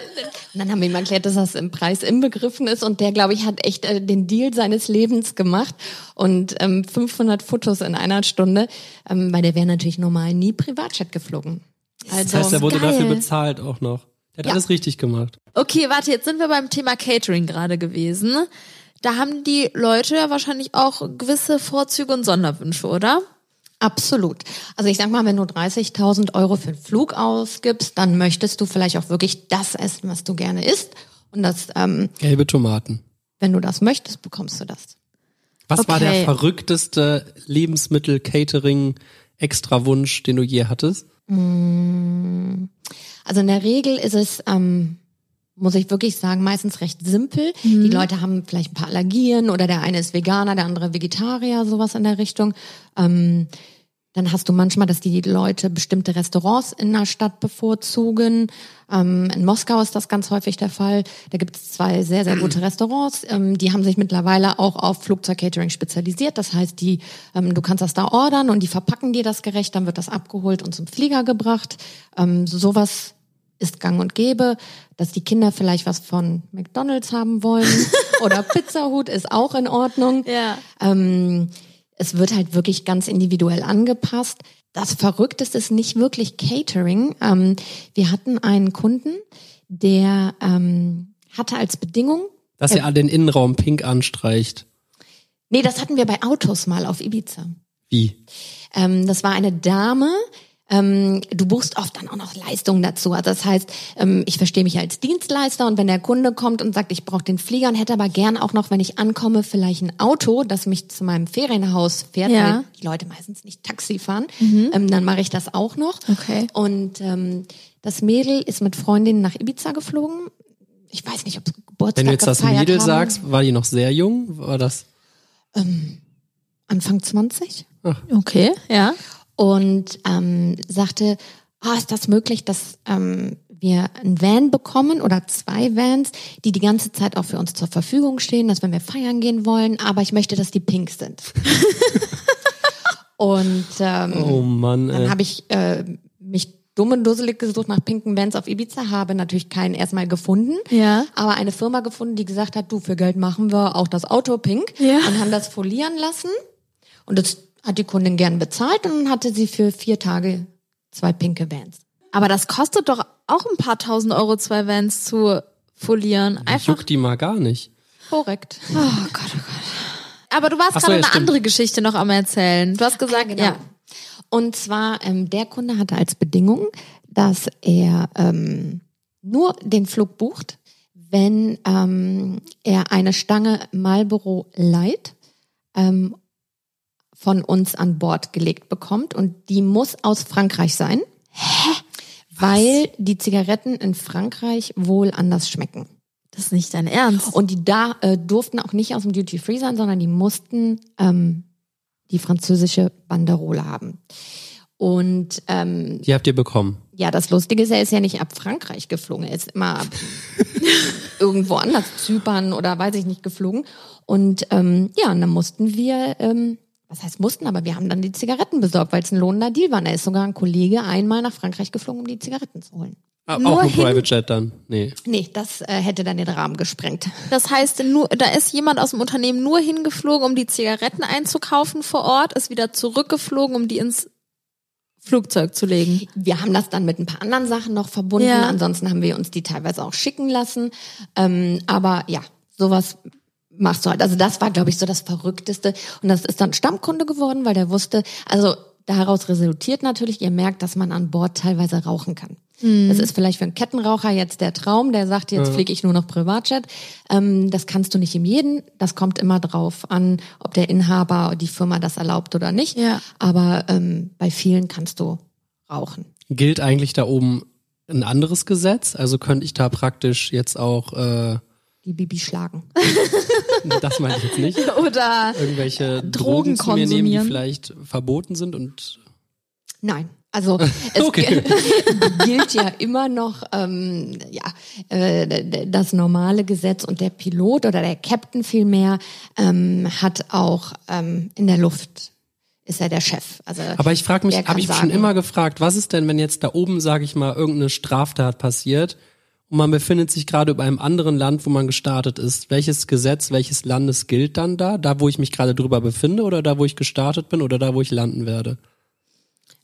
S3: und dann haben wir ihm erklärt, dass das im Preis inbegriffen ist und der, glaube ich, hat echt äh, den Deal seines Lebens gemacht und ähm, 500 Fotos in einer Stunde, ähm, weil der wäre natürlich normal nie Privatjet geflogen.
S2: Das heißt, er wurde
S1: Geil.
S2: dafür bezahlt auch noch. Der hat
S3: Ja.
S2: alles richtig gemacht.
S1: Okay, warte, jetzt sind wir beim Thema Catering gerade gewesen. Da haben die Leute ja wahrscheinlich auch gewisse Vorzüge und Sonderwünsche, oder?
S3: Absolut. Also ich sag mal, wenn du 30.000 Euro für einen Flug ausgibst, dann möchtest du vielleicht auch wirklich das essen, was du gerne isst. Und das ähm,
S2: Gelbe Tomaten.
S3: Wenn du das möchtest, bekommst du das.
S2: Was war
S1: Okay.
S2: der verrückteste Lebensmittel-Catering-Extrawunsch, den du je hattest?
S3: Also in der Regel ist es, ähm, muss ich wirklich sagen, meistens recht simpel. Die Leute haben vielleicht ein paar Allergien oder der eine ist Veganer, der andere Vegetarier, sowas in der Richtung. Ähm, dann hast du manchmal, dass die Leute bestimmte Restaurants in der Stadt bevorzugen. Ähm, in Moskau ist das ganz häufig der Fall. Da gibt es zwei sehr, sehr gute Restaurants. Ähm, die haben sich mittlerweile auch auf Flugzeugcatering spezialisiert. Das heißt, die, ähm, du kannst das da ordern und die verpacken dir das gerecht, dann wird das abgeholt und zum Flieger gebracht. Ähm, sowas ist gang und gäbe, dass die Kinder vielleicht was von McDonalds haben wollen oder Pizza Hut ist auch in Ordnung.
S1: Ja.
S3: Ähm, es wird halt wirklich ganz individuell angepasst. Das Verrückteste ist nicht wirklich Catering. Ähm, wir hatten einen Kunden, der ähm, hatte als Bedingung,
S2: Dass
S1: Äh.
S2: er den Innenraum pink anstreicht.
S3: nee, das hatten wir bei Autos mal auf Ibiza.
S2: Wie?
S3: Ähm, das war eine Dame. Ähm, du buchst oft dann auch noch Leistungen dazu. Also das heißt, ähm, ich verstehe mich als Dienstleister und wenn der Kunde kommt und sagt, ich brauche den Flieger und hätte aber gern auch noch, wenn ich ankomme, vielleicht ein Auto, das mich zu meinem Ferienhaus fährt,
S1: Ja. Mhm.
S3: weil die Leute meistens nicht Taxi fahren, ähm, dann mache ich das auch noch.
S1: Okay.
S3: Und ähm, das Mädel ist mit Freundinnen nach Ibiza geflogen. Ich weiß nicht, ob sie Geburtstag
S2: Wenn du jetzt das
S3: gefeiert
S2: Mädel
S3: haben.
S2: sagst, war die noch sehr jung? War das?
S3: Anfang 20.
S1: Okay, ja.
S3: und ähm, sagte, ah, ist das möglich, dass ähm, wir einen Van bekommen oder zwei Vans, die die ganze Zeit auch für uns zur Verfügung stehen, dass wenn wir feiern gehen wollen, aber ich möchte, dass die pink sind. und ähm,
S2: Oh Mann,
S3: dann
S2: ey.
S3: habe ich äh, mich dumm und dusselig gesucht nach pinken Vans auf Ibiza, habe natürlich keinen erstmal gefunden.
S1: Ja.
S3: Aber eine Firma gefunden, die gesagt hat, du, für Geld machen wir auch das Auto pink.
S1: Ja.
S3: Und haben das folieren lassen. Und das hat die Kundin gern bezahlt und dann hatte sie für vier Tage zwei pinke Vans.
S1: Aber das kostet doch auch ein paar tausend Euro, zwei Vans zu folieren. Einfach.
S2: Juckt die mal gar nicht.
S3: Korrekt.
S1: Oh Gott, oh Gott. Aber du warst
S2: Ach so,
S1: gerade
S2: ja,
S1: eine
S2: stimmt.
S1: andere Geschichte noch am erzählen. Du hast gesagt,
S3: Genau.
S1: ja.
S3: Und zwar, ähm, der Kunde hatte als Bedingung, dass er ähm, nur den Flug bucht, wenn ähm, er eine Stange Marlboro Light ähm, von uns an Bord gelegt bekommt. Und die muss aus Frankreich sein. Weil die Zigaretten in Frankreich wohl anders schmecken.
S1: Das ist nicht dein Ernst.
S3: Und die da äh, durften auch nicht aus dem Duty Free sein, sondern die mussten ähm, die französische Banderole haben. Und ähm,
S2: Die habt ihr bekommen.
S3: ja, das Lustige ist, er ist ja nicht ab Frankreich geflogen, er ist immer ab irgendwo anders, Zypern oder weiß ich nicht, geflogen. Und ähm, ja, und dann mussten wir, ähm, was heißt mussten, aber wir haben dann die Zigaretten besorgt, weil es ein lohnender Deal war. Und Da ist sogar ein Kollege einmal nach Frankreich geflogen, um die Zigaretten zu holen.
S2: Ah,
S1: Nur
S2: Auch ein
S1: hin-
S2: Private Jet dann. Nee.
S3: Nee, das äh, hätte dann den Rahmen gesprengt.
S1: Das heißt, nur, da ist jemand aus dem Unternehmen nur hingeflogen, um die Zigaretten einzukaufen vor Ort, ist wieder zurückgeflogen, um die ins Flugzeug zu legen.
S3: Wir haben das dann mit ein paar anderen Sachen noch verbunden.
S1: Ja.
S3: Ansonsten haben wir uns die teilweise auch schicken lassen. Ähm, aber ja, sowas machst du halt. Also das war, glaube ich, so das Verrückteste. Und das ist dann Stammkunde geworden, weil der wusste, also daraus resultiert natürlich, ihr merkt, dass man an Bord teilweise rauchen kann. Das ist vielleicht für einen Kettenraucher jetzt der Traum, der sagt, jetzt fliege ich nur noch Privatjet. Ähm, das kannst du nicht im jeden. Das kommt immer drauf an, ob der Inhaber, die Firma das erlaubt oder nicht.
S1: Ja.
S3: Aber ähm, bei vielen kannst du rauchen.
S2: Gilt eigentlich da oben ein anderes Gesetz? Also könnte ich da praktisch jetzt auch, äh,
S3: die Bibi schlagen.
S2: das meine ich jetzt nicht,
S1: Oder
S2: irgendwelche
S1: Drogen
S2: Drogen, zu mir nehmen, die
S1: konsumieren.
S2: vielleicht verboten sind und
S3: Nein. Also es
S2: Okay.
S3: g- gilt ja immer noch ähm, ja, äh, d- d- das normale Gesetz und der Pilot oder der Captain vielmehr ähm, hat auch ähm, in der Luft ist er der Chef. Also
S2: Aber ich frage mich,
S3: Wer kann
S2: habe ich
S3: sagen?
S2: schon immer gefragt, was ist denn, wenn jetzt da oben, sage ich mal, irgendeine Straftat passiert und man befindet sich gerade über einem anderen Land, wo man gestartet ist? Welches Gesetz, welches Landes gilt dann da? Da, wo ich mich gerade drüber befinde oder da, wo ich gestartet bin oder da, wo ich landen werde?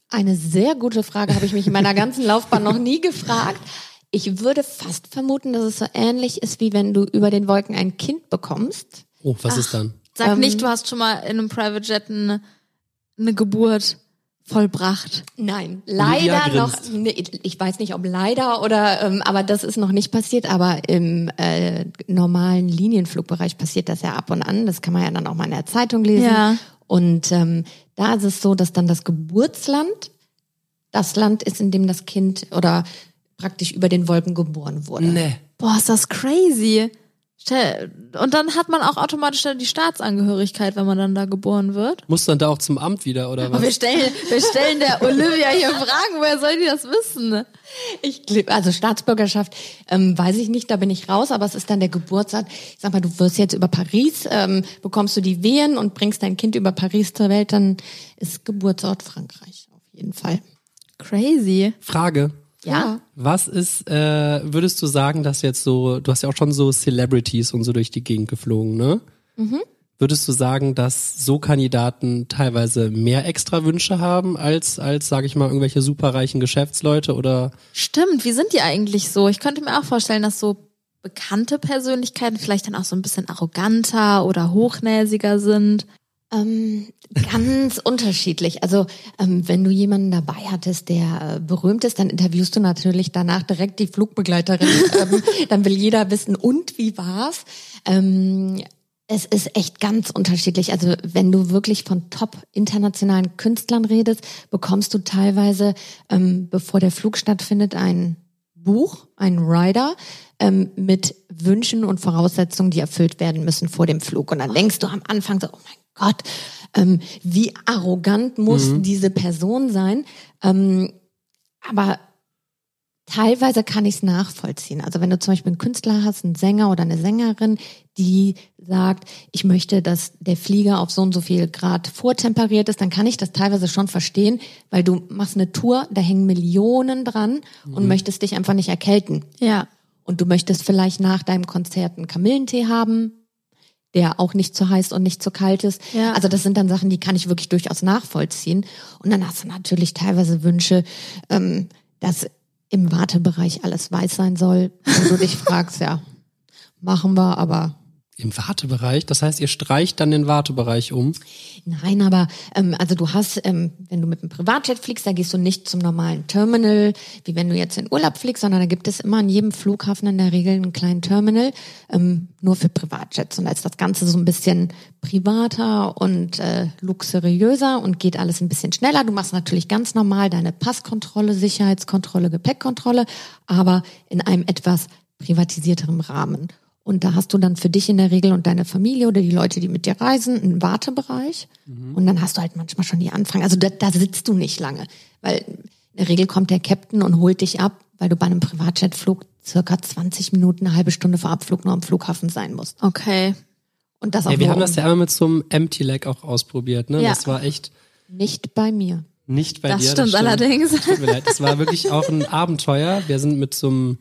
S3: eine sehr gute Frage, habe ich mich in meiner ganzen Laufbahn noch nie gefragt. Ich würde fast vermuten, dass es so ähnlich ist, wie wenn du über den Wolken ein Kind bekommst.
S2: Oh, was ist dann?
S1: sag
S3: Ähm.
S1: nicht, du hast schon mal in einem Private Jet eine, eine Geburt vollbracht.
S3: Nein,
S2: Olivia
S3: leider noch.
S2: grinst.
S3: Nee, ich weiß nicht, ob leider oder, ähm, aber das ist noch nicht passiert. Aber im äh, normalen Linienflugbereich passiert das ja ab und an. Das kann man ja dann auch mal in der Zeitung lesen.
S1: Ja.
S3: Und ähm, da ist es so, dass dann das Geburtsland das Land ist, in dem das Kind oder praktisch über den Wolken geboren wurde.
S2: Nee.
S1: Boah, ist das crazy. Stell- Und dann hat man auch automatisch dann die Staatsangehörigkeit, wenn man dann da geboren wird.
S2: Muss dann da auch zum Amt wieder oder
S1: Und wir
S2: was?
S1: stellen, wir stellen der Olivia hier Fragen, woher soll die das wissen?
S3: Ich glaub, also Staatsbürgerschaft ähm, weiß ich nicht, da bin ich raus, aber es ist dann der Geburtsort. Ich sag mal, du wirst jetzt über Paris, ähm, bekommst du die Wehen und bringst dein Kind über Paris zur Welt, dann ist Geburtsort Frankreich auf jeden Fall.
S1: Crazy.
S2: Frage.
S3: Ja.
S2: Was ist, äh, würdest du sagen, dass jetzt so, du hast ja auch schon so Celebrities und so durch die Gegend geflogen, ne? Würdest du sagen, dass so Kandidaten teilweise mehr extra Wünsche haben als, als, sag ich mal, irgendwelche superreichen Geschäftsleute oder
S1: Stimmt, wie sind die eigentlich so? Ich könnte mir auch vorstellen, dass so bekannte Persönlichkeiten vielleicht dann auch so ein bisschen arroganter oder hochnäsiger sind.
S3: Ähm, ganz unterschiedlich. Also ähm, wenn du jemanden dabei hattest, der äh, berühmt ist, dann interviewst du natürlich danach direkt die Flugbegleiterin. ähm, dann will jeder wissen, und wie war's? Ähm, es ist echt ganz unterschiedlich. Also wenn du wirklich von top internationalen Künstlern redest, bekommst du teilweise, ähm, bevor der Flug stattfindet, ein Buch, ein Rider ähm, mit Wünschen und Voraussetzungen, die erfüllt werden müssen vor dem Flug. Und dann denkst du am Anfang so, oh mein Gott, ähm, wie arrogant muss diese Person sein. Ähm, aber teilweise kann ich es nachvollziehen. Also wenn du zum Beispiel einen Künstler hast, einen Sänger oder eine Sängerin, die sagt, ich möchte, dass der Flieger auf so und so viel Grad vortemperiert ist, dann kann ich das teilweise schon verstehen, weil du machst eine Tour, da hängen Millionen dran und möchtest dich einfach nicht erkälten.
S1: Ja.
S3: Und du möchtest vielleicht nach deinem Konzert einen Kamillentee haben, der auch nicht zu heiß und nicht zu kalt ist.
S1: Ja.
S3: Also das sind dann Sachen, die kann ich wirklich durchaus nachvollziehen. Und dann hast du natürlich teilweise Wünsche, ähm, dass im Wartebereich alles weiß sein soll. Und du dich fragst, ja, machen wir, aber
S2: Im Wartebereich? Das heißt, ihr streicht dann den Wartebereich um.
S3: Nein, aber ähm, also du hast, ähm, wenn du mit einem Privatjet fliegst, da gehst du nicht zum normalen Terminal, wie wenn du jetzt in Urlaub fliegst, sondern da gibt es immer an jedem Flughafen in der Regel einen kleinen Terminal, ähm, nur für Privatjets. Und da ist das Ganze so ein bisschen privater und äh, luxuriöser und geht alles ein bisschen schneller. Du machst natürlich ganz normal deine Passkontrolle, Sicherheitskontrolle, Gepäckkontrolle, aber in einem etwas privatisierterem Rahmen. Und da hast du dann für dich in der Regel und deine Familie oder die Leute, die mit dir reisen, einen Wartebereich.
S2: Mhm.
S3: Und dann hast du halt manchmal schon die Anfang. Also da, da sitzt du nicht lange, weil in der Regel kommt der Captain und holt dich ab, weil du bei einem Privatjetflug circa 20 Minuten, eine halbe Stunde vor Abflug noch am Flughafen sein musst.
S1: Okay.
S3: Und das auch
S2: Ey, wir
S3: nur
S2: haben
S3: um-
S2: das ja einmal mit so einem Empty Leg auch ausprobiert, ne?
S1: Ja.
S2: Das war echt
S3: nicht bei mir.
S2: nicht bei
S1: Das
S2: dir.
S1: stimmt allerdings.
S2: Tut mir leid, das war wirklich auch ein Abenteuer. Wir sind mit so einem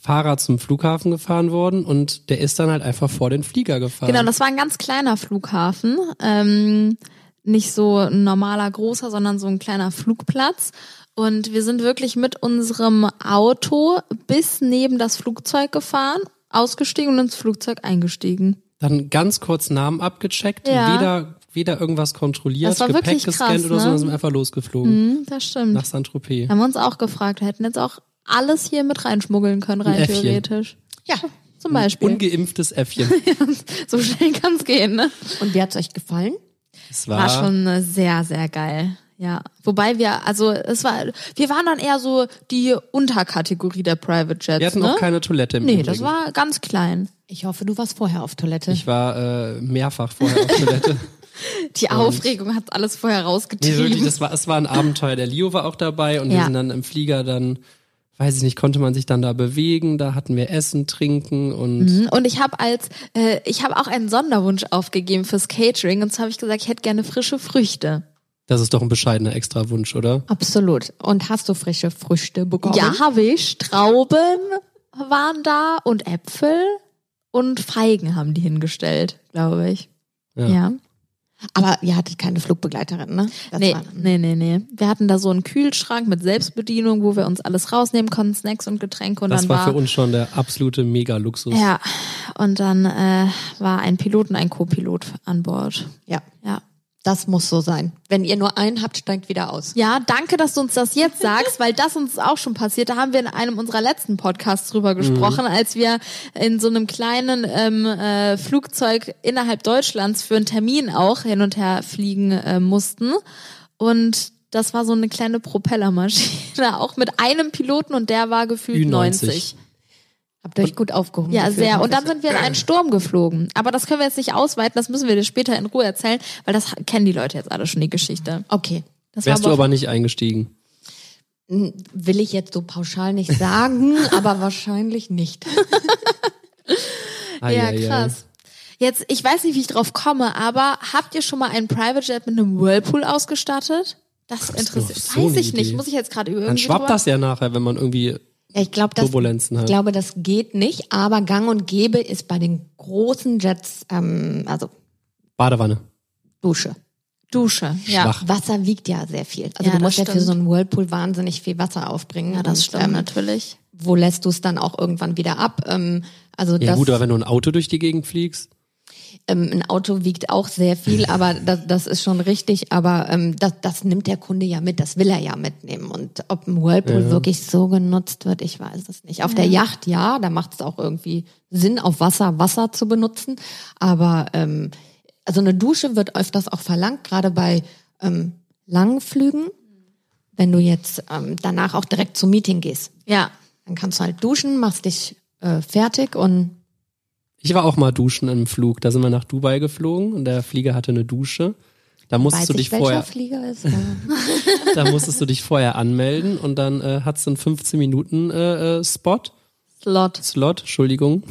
S2: Fahrer zum Flughafen gefahren worden und der ist dann halt einfach vor den Flieger gefahren.
S1: Genau, das war ein ganz kleiner Flughafen. Ähm, nicht so ein normaler großer, sondern so ein kleiner Flugplatz. Und wir sind wirklich mit unserem Auto bis neben das Flugzeug gefahren, ausgestiegen und ins Flugzeug eingestiegen.
S2: dann ganz kurz Namen abgecheckt,
S1: Ja.
S2: weder, weder irgendwas kontrolliert,
S1: Das war
S2: Gepäck
S1: wirklich
S2: gescannt
S1: krass,
S2: oder so,
S1: ne?
S2: sondern sind einfach losgeflogen
S1: Hm, das stimmt.
S2: nach Saint-Tropez.
S1: haben wir uns auch gefragt, hätten jetzt auch alles hier mit reinschmuggeln können, rein
S2: Ein Äffchen.
S1: theoretisch.
S3: Ja.
S2: Hm.
S1: Zum Beispiel.
S2: Ungeimpftes Äffchen.
S1: so schnell kann es gehen, ne?
S3: Und wie hat's euch gefallen?
S2: Es
S1: War schon äh, sehr, sehr geil. Ja. Wobei wir, also es war, wir waren dann eher so die Unterkategorie der Private Jets.
S2: wir hatten
S1: ne?
S2: auch keine Toilette im
S1: Nee,
S2: Übrigen.
S1: das war ganz klein.
S3: Ich hoffe, du warst vorher auf Toilette.
S2: Ich war äh, mehrfach vorher auf Toilette.
S1: Die Aufregung hat alles vorher
S2: Nee,
S1: rausgetrieben.
S2: wirklich, das war, es war ein Abenteuer. Der Leo war auch dabei und
S1: Ja.
S2: wir sind dann im Flieger dann, weiß ich nicht, konnte man sich dann da bewegen, da hatten wir Essen, Trinken und
S1: Mhm. Und ich habe als, äh, ich habe auch einen Sonderwunsch aufgegeben fürs Catering. Und zwar habe ich gesagt, ich hätte gerne frische Früchte.
S2: das ist doch ein bescheidener Extrawunsch, oder?
S3: Absolut. Und hast du frische Früchte bekommen?
S1: Ja, habe ich. Trauben waren da und Äpfel und Feigen haben die hingestellt, glaube ich.
S2: Ja.
S1: ja.
S3: Aber ihr hattet keine Flugbegleiterin, ne? Das
S1: Nee,
S3: war-
S1: nee, nee, nee. Wir hatten da so einen Kühlschrank mit Selbstbedienung, wo wir uns alles rausnehmen konnten, Snacks und Getränke und
S2: Das
S1: dann
S2: war für uns schon der absolute Mega-Luxus.
S1: Ja, und dann äh, war ein Pilot und ein Co-Pilot an Bord.
S3: Ja.
S1: Ja.
S3: Das muss so sein. Wenn ihr nur einen habt, steigt wieder aus.
S1: Ja, danke, dass du uns das jetzt sagst, weil das uns auch schon passiert. Da haben wir in einem unserer letzten Podcasts drüber
S2: Mhm.
S1: gesprochen, als wir in so einem kleinen ähm, äh, Flugzeug innerhalb Deutschlands für einen Termin auch hin und her fliegen äh, mussten. Und das war so eine kleine Propellermaschine, auch mit einem Piloten und der war gefühlt
S2: Ü90.
S1: 90.
S3: Habt ihr euch gut aufgehoben.
S1: Ja,
S3: gefühlt,
S1: sehr. Und dann
S3: hoffe
S1: sind wir in einen Sturm geflogen. Aber das können wir jetzt nicht ausweiten, das müssen wir dir später in Ruhe erzählen, weil das kennen die Leute jetzt alle schon, die Geschichte.
S3: ich. Okay.
S1: Das
S2: Wärst
S1: war
S2: du aber nicht eingestiegen.
S3: Will ich jetzt so pauschal nicht sagen, aber wahrscheinlich nicht.
S2: Ai,
S1: Ja,
S2: ai, ai.
S1: krass. Jetzt, ich weiß nicht, wie ich drauf komme, aber habt ihr schon mal einen Private Jet mit einem Whirlpool ausgestattet? Das
S2: ist
S1: interessiert.
S2: doch so
S1: weiß
S2: eine
S1: ich nicht.
S2: Idee.
S1: Muss ich jetzt gerade irgendwie.
S2: Dann schwappt
S1: drüber-
S2: das ja nachher, wenn man irgendwie
S3: Ja, ich glaube, das,
S2: Turbulenzen
S3: ich
S2: halt.
S3: glaube, das geht nicht, aber gang und gäbe ist bei den großen Jets, ähm, also
S2: Badewanne.
S3: Dusche.
S1: Dusche. Ja.
S2: Schwach.
S3: Wasser wiegt ja sehr viel. Also
S1: Ja,
S3: du musst
S1: das
S3: ja für so
S1: stimmt.
S3: einen Whirlpool wahnsinnig viel Wasser aufbringen.
S1: Ja, das
S3: Und,
S1: stimmt
S3: Ähm,
S1: natürlich.
S3: wo lässt du es dann auch irgendwann wieder ab? Ähm, also
S2: Ja
S3: das,
S2: gut, aber wenn du ein Auto durch die Gegend fliegst,
S3: ähm, ein Auto wiegt auch sehr viel, aber das, das ist schon richtig. Aber ähm, das, das nimmt der Kunde ja mit, das will er ja mitnehmen. Und ob ein Whirlpool wirklich so genutzt wird, ich weiß es nicht. Auf der Yacht ja, da macht es auch irgendwie Sinn, auf Wasser Wasser zu benutzen. Aber ähm, also eine Dusche wird öfters auch verlangt, gerade bei ähm, langen Flügen. Wenn du jetzt ähm, danach auch direkt zum Meeting gehst,
S1: Ja.
S3: dann kannst du halt duschen, machst dich äh, fertig und
S2: Ich war auch mal duschen im Flug. Da sind wir nach Dubai geflogen und der Flieger hatte eine Dusche. Da musstest
S3: weiß
S2: du
S3: ich,
S2: dich
S3: welcher
S2: vorher,
S3: Flieger ist. Ja.
S2: da musstest du dich vorher anmelden und dann äh, hat's einen 15 Minuten äh, äh, Spot,
S1: Slot.
S2: Slot, Entschuldigung.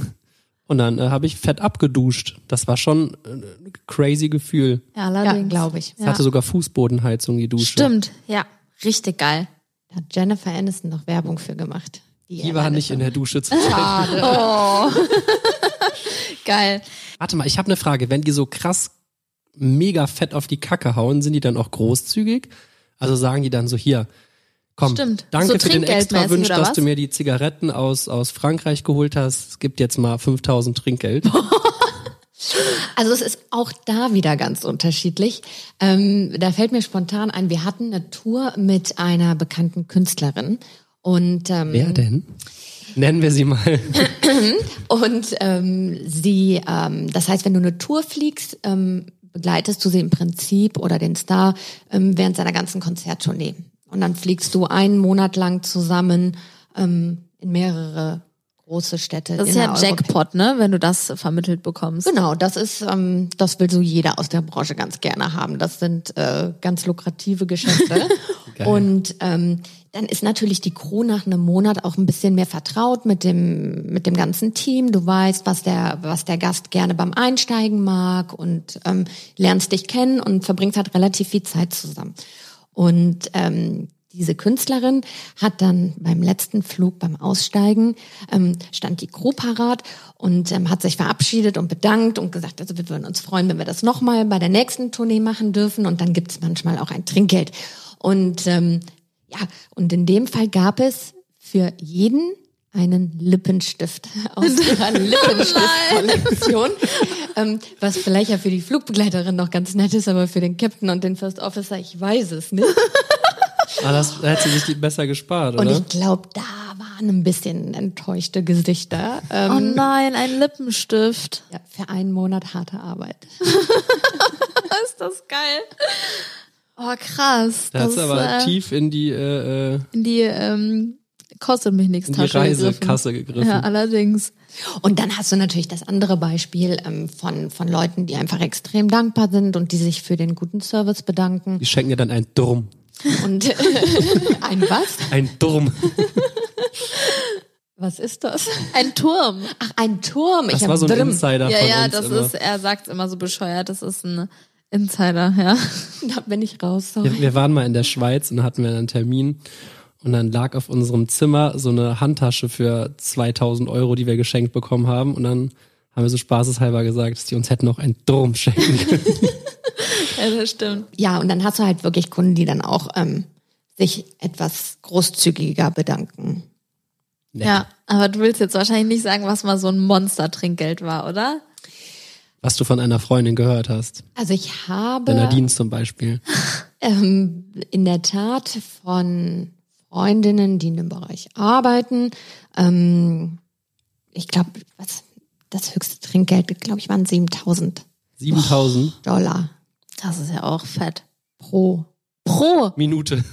S2: Und dann äh, habe ich fett abgeduscht. Das war schon äh, ein crazy Gefühl.
S3: ja,
S1: Allerdings.
S3: glaube ich.
S2: Es hatte sogar Fußbodenheizung die Dusche.
S1: Stimmt, ja. Richtig geil.
S3: Da hat Jennifer Aniston noch Werbung für gemacht.
S2: Die war nicht in der Dusche zu
S1: Ah.
S3: Schade.
S1: Geil.
S2: Warte mal, ich habe eine Frage. Wenn die so krass mega fett auf die Kacke hauen, sind die dann auch großzügig? Also sagen die dann so hier, komm,
S1: Stimmt.
S2: danke
S1: So
S2: für den
S1: trinkgeldmäßig
S2: extra Wunsch,
S1: oder
S2: dass
S1: was?
S2: du mir die Zigaretten aus, aus Frankreich geholt hast. Es gibt jetzt mal 5000 Trinkgeld.
S3: Also es ist auch da wieder ganz unterschiedlich. Ähm, da fällt mir spontan ein, wir hatten eine Tour mit einer bekannten Künstlerin. Und, ähm,
S2: Wer denn? Nennen wir sie mal.
S3: und ähm, sie, ähm, das heißt, wenn du eine Tour fliegst, ähm, begleitest du sie im Prinzip oder den Star ähm, während seiner ganzen Konzerttournee. Und dann fliegst du einen Monat lang zusammen ähm, in mehrere große Städte.
S1: Das ist
S3: in
S1: ja
S3: der Europä-
S1: Jackpot, ne? Wenn du das vermittelt bekommst.
S3: Genau, das ist, ähm, das will so jeder aus der Branche ganz gerne haben. Das sind äh, ganz lukrative Geschäfte.
S2: Geil.
S3: und ähm, dann ist natürlich die Crew nach einem Monat auch ein bisschen mehr vertraut mit dem mit dem ganzen Team. Du weißt, was der was der Gast gerne beim Einsteigen mag und ähm, lernst dich kennen und verbringst halt relativ viel Zeit zusammen. Und ähm, diese Künstlerin hat dann beim letzten Flug, beim Aussteigen, ähm, stand die Crew parat und ähm, hat sich verabschiedet und bedankt und gesagt, also wir würden uns freuen, wenn wir das nochmal bei der nächsten Tournee machen dürfen und dann gibt's manchmal auch ein Trinkgeld. Und ähm, ja, und in dem Fall gab es für jeden einen Lippenstift aus ihrer Lippenstift-Kollektion, ähm, was vielleicht ja für die Flugbegleiterin noch ganz nett ist, aber für den Captain und den First Officer, ich weiß es nicht.
S2: Ah, das hätte sie sich die besser gespart,
S3: Und
S2: oder?
S3: ich glaube, da waren ein bisschen enttäuschte Gesichter. Ähm,
S1: Oh nein, ein Lippenstift.
S3: ja, für einen Monat harte Arbeit.
S1: Ist das geil? Oh, krass.
S2: da hat sie aber
S1: ist, äh,
S2: tief in die, äh, äh,
S1: in die ähm, kostet mich nichts
S2: in die
S1: Tasche
S2: Reisekasse gegriffen.
S1: Ja, allerdings.
S3: Und dann hast du natürlich das andere Beispiel ähm, von, von Leuten, die einfach extrem dankbar sind und die sich für den guten Service bedanken.
S2: Die schenken dir dann ein Durm.
S3: Und äh, ein was?
S2: Ein Durm.
S3: Was ist das?
S1: Ein Turm.
S3: Ach, ein Turm.
S2: Das
S3: ich
S2: war
S3: hab
S2: so ein
S3: drin.
S2: Insider
S1: ja,
S2: von
S1: ja,
S2: uns
S1: das
S2: immer.
S1: ist, er sagt immer so bescheuert, das ist ein Insider, ja.
S3: Da bin ich raus. Sorry.
S2: Wir, wir waren mal in der Schweiz und hatten wir einen Termin und dann lag auf unserem Zimmer so eine Handtasche für 2000 Euro, die wir geschenkt bekommen haben und dann haben wir so spaßeshalber gesagt, dass die uns hätten noch einen Drum schenken können.
S1: Ja, das stimmt.
S3: Ja, und dann hast du halt wirklich Kunden, die dann auch ähm, sich etwas großzügiger bedanken.
S2: Nett.
S1: Ja, aber du willst jetzt wahrscheinlich nicht sagen, was mal so ein Monster-Trinkgeld war, oder?
S2: Was du von einer Freundin gehört hast.
S3: Also ich
S2: Der
S3: habe
S2: Nadine zum Beispiel.
S3: Ähm, in der Tat von Freundinnen, die in dem Bereich arbeiten. Ähm, ich glaube, was das höchste Trinkgeld, glaube ich, waren 7000
S2: 7000
S3: Dollar
S1: Das ist ja auch fett.
S3: pro.
S1: Pro.
S2: Minute.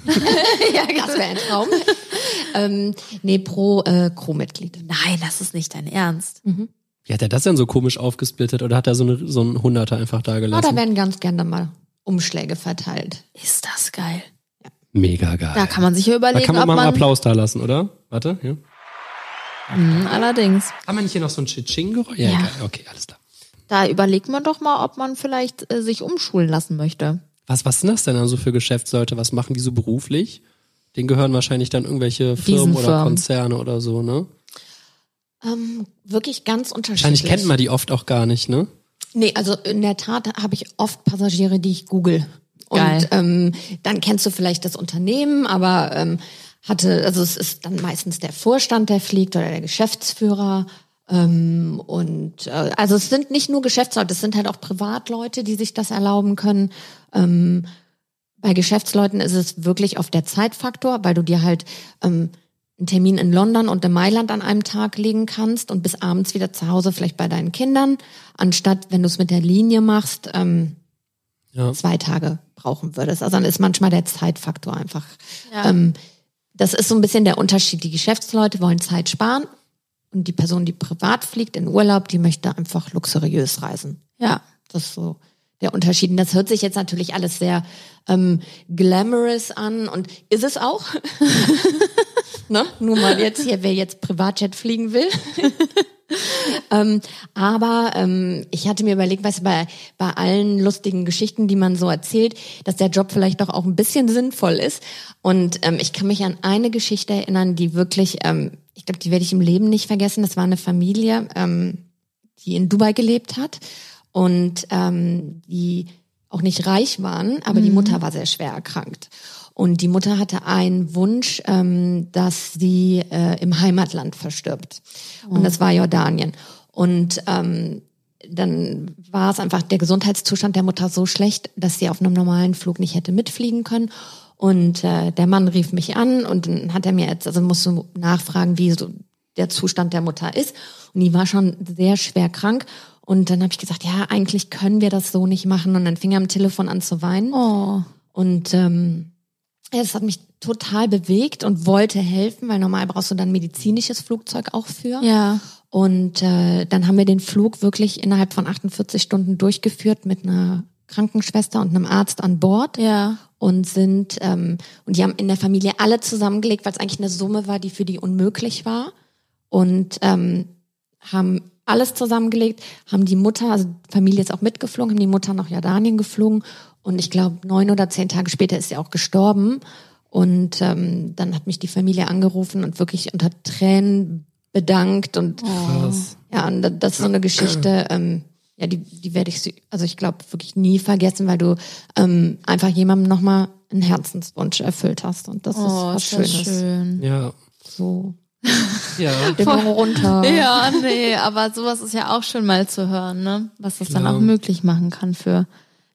S3: Ja, das wäre ein Traum. ähm, nee, pro äh, Crewmitglied.
S1: Nein, das ist nicht dein Ernst.
S2: Wie hat er das denn so komisch aufgesplittet oder hat er so, eine, so einen Hunderter einfach da
S3: Ja, da
S2: gelassen?
S3: werden ganz gerne mal Umschläge verteilt.
S1: Ist das geil.
S2: Mega geil.
S1: Da kann man sich ja
S2: Da
S1: überlegen,
S2: kann man
S1: ob
S2: mal einen
S1: man...
S2: Applaus da lassen, oder? Warte, ja.
S1: Hm, allerdings.
S2: Haben wir nicht hier noch so ein Chiching-Geräusch? Ja,
S1: Ja.
S2: egal. okay, alles klar.
S1: Da überlegt man doch mal, ob man vielleicht äh, sich umschulen lassen möchte.
S2: Was, was sind das denn dann so für Geschäftsleute? Was machen die so beruflich? Den gehören wahrscheinlich dann irgendwelche Firmen oder
S1: Firmen.
S2: Konzerne oder so, ne?
S3: Ähm, wirklich ganz unterschiedlich.
S2: Wahrscheinlich kennt man die oft auch gar nicht, ne?
S3: Nee, also in der Tat habe ich oft Passagiere, die ich google. Und
S1: Geil.
S3: Ähm, dann kennst du vielleicht das Unternehmen, aber ähm, hatte, also es ist dann meistens der Vorstand, der fliegt oder der Geschäftsführer. Ähm, und äh, also es sind nicht nur Geschäftsleute, es sind halt auch Privatleute, die sich das erlauben können. Ähm, bei Geschäftsleuten ist es wirklich auf der Zeitfaktor, weil du dir halt ähm, einen Termin in London und in Mailand an einem Tag legen kannst und bis abends wieder zu Hause vielleicht bei deinen Kindern, anstatt wenn du es mit der Linie machst, ähm,
S2: Ja.
S3: zwei Tage brauchen würdest. Also dann ist manchmal der Zeitfaktor einfach.
S1: Ja.
S3: Ähm, das ist so ein bisschen der Unterschied. Die Geschäftsleute wollen Zeit sparen und die Person, die privat fliegt in Urlaub, die möchte einfach luxuriös reisen.
S1: Ja.
S3: Das ist so der Unterschied. Und das hört sich jetzt natürlich alles sehr ähm, glamorous an und ist es auch. ne? Nur mal jetzt hier, wer jetzt Privatjet fliegen will. ähm, aber ähm, ich hatte mir überlegt, weißt du, bei, bei allen lustigen Geschichten, die man so erzählt, dass der Job vielleicht doch auch ein bisschen sinnvoll ist. Und ähm, ich kann mich an eine Geschichte erinnern, die wirklich, ähm, ich glaube, die werde ich im Leben nicht vergessen. Das war eine Familie. Ähm, die in Dubai gelebt hat und ähm, die auch nicht reich waren, aber die Mutter war sehr schwer erkrankt. Und die Mutter hatte einen Wunsch, ähm, dass sie äh, im Heimatland verstirbt. Und das war Jordanien. Und ähm, dann war es einfach der Gesundheitszustand der Mutter so schlecht, dass sie auf einem normalen Flug nicht hätte mitfliegen können. Und äh, der Mann rief mich an und dann hat er mir jetzt, also musst du nachfragen, wie so der Zustand der Mutter ist. Und die war schon sehr schwer krank. Und dann habe ich gesagt, ja, eigentlich können wir das so nicht machen. Und dann fing er am Telefon an zu weinen.
S1: Oh.
S3: Und ähm, ja, das hat mich total bewegt und wollte helfen, weil normal brauchst du dann medizinisches Flugzeug auch für.
S1: Ja.
S3: Und äh, dann haben wir den Flug wirklich innerhalb von 48 Stunden durchgeführt mit einer Krankenschwester und einem Arzt an Bord
S1: Ja.
S3: und sind ähm, und die haben in der Familie alle zusammengelegt, weil es eigentlich eine Summe war, die für die unmöglich war und ähm, haben alles zusammengelegt, haben die Mutter, also die Familie ist auch mitgeflogen, haben die Mutter nach Jordanien geflogen und ich glaube neun oder zehn Tage später ist sie auch gestorben und ähm, dann hat mich die Familie angerufen und wirklich unter Tränen bedankt und
S2: Krass.
S3: ja, und da- das ist so eine Geschichte, ähm, ja, die, die werde ich, sü- also ich glaube, wirklich nie vergessen, weil du ähm, einfach jemandem nochmal einen Herzenswunsch erfüllt hast. Und das ist
S1: Oh,
S3: was
S1: ist das
S3: Schönes.
S1: schön.
S2: Ja.
S3: So,
S2: Ja.
S3: den Mund runter.
S1: Ja, nee, aber sowas ist ja auch schön mal zu hören, ne? Was das dann
S2: Klar.
S1: auch möglich machen kann für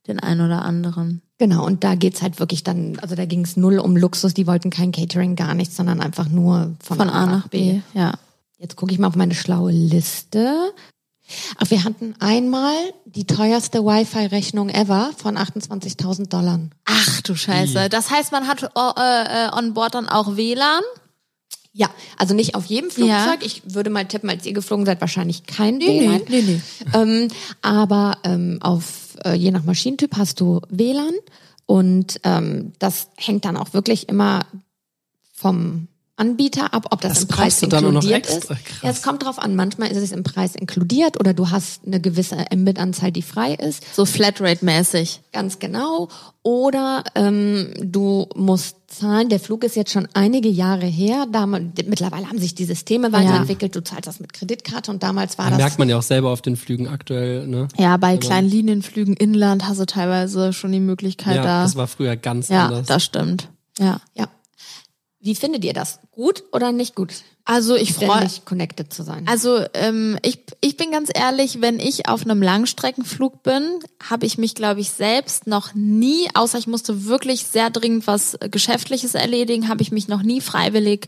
S1: den einen oder anderen.
S3: Genau, und da geht's halt wirklich dann, also da ging's null um Luxus, die wollten kein Catering, gar nichts, sondern einfach nur von,
S1: Von A nach B. Ja.
S3: Jetzt gucke ich mal auf meine schlaue Liste. Ach, wir hatten einmal die teuerste Wi-Fi-Rechnung ever von 28.000 Dollar.
S1: Ach du Scheiße. Das heißt, man hat o- äh, äh, on board dann auch WLAN.
S3: Ja, also nicht auf jedem Flugzeug.
S1: Ja.
S3: Ich würde mal tippen, als ihr geflogen seid, wahrscheinlich kein
S1: Oh
S3: WLAN. Ähm, aber ähm, auf äh, je nach Maschinentyp hast du WLAN und ähm, das hängt dann auch wirklich immer vom Anbieter ab, ob das,
S2: Das
S3: im Preis
S2: kostet dann auch noch
S3: inkludiert
S2: extra,
S3: ist.
S2: krass.
S3: Ja, es kommt drauf an. Manchmal ist es im Preis inkludiert oder du hast eine gewisse Mbit-Anzahl, die frei ist.
S1: So Flatrate-mäßig.
S3: Ganz genau. Oder ähm, du musst zahlen. Der Flug ist jetzt schon einige Jahre her. Damals, mittlerweile haben sich die Systeme weiterentwickelt. Du zahlst das mit Kreditkarte und damals war
S2: Da
S3: das
S2: merkt man ja auch selber auf den Flügen aktuell, ne?
S1: Ja, bei kleinen Linienflügen inland hast du teilweise schon die Möglichkeit
S2: Ja,
S1: da.
S2: das war früher ganz
S1: ja,
S2: anders.
S1: das stimmt. Ja.
S3: Ja. Wie findet ihr das? Gut oder nicht gut?
S1: Also ich freue
S3: Ständig connected zu sein.
S1: Also ähm, ich, ich bin ganz ehrlich, wenn ich auf einem Langstreckenflug bin, habe ich mich, glaube ich, selbst noch nie, außer ich musste wirklich sehr dringend was äh, Geschäftliches erledigen, habe ich mich noch nie freiwillig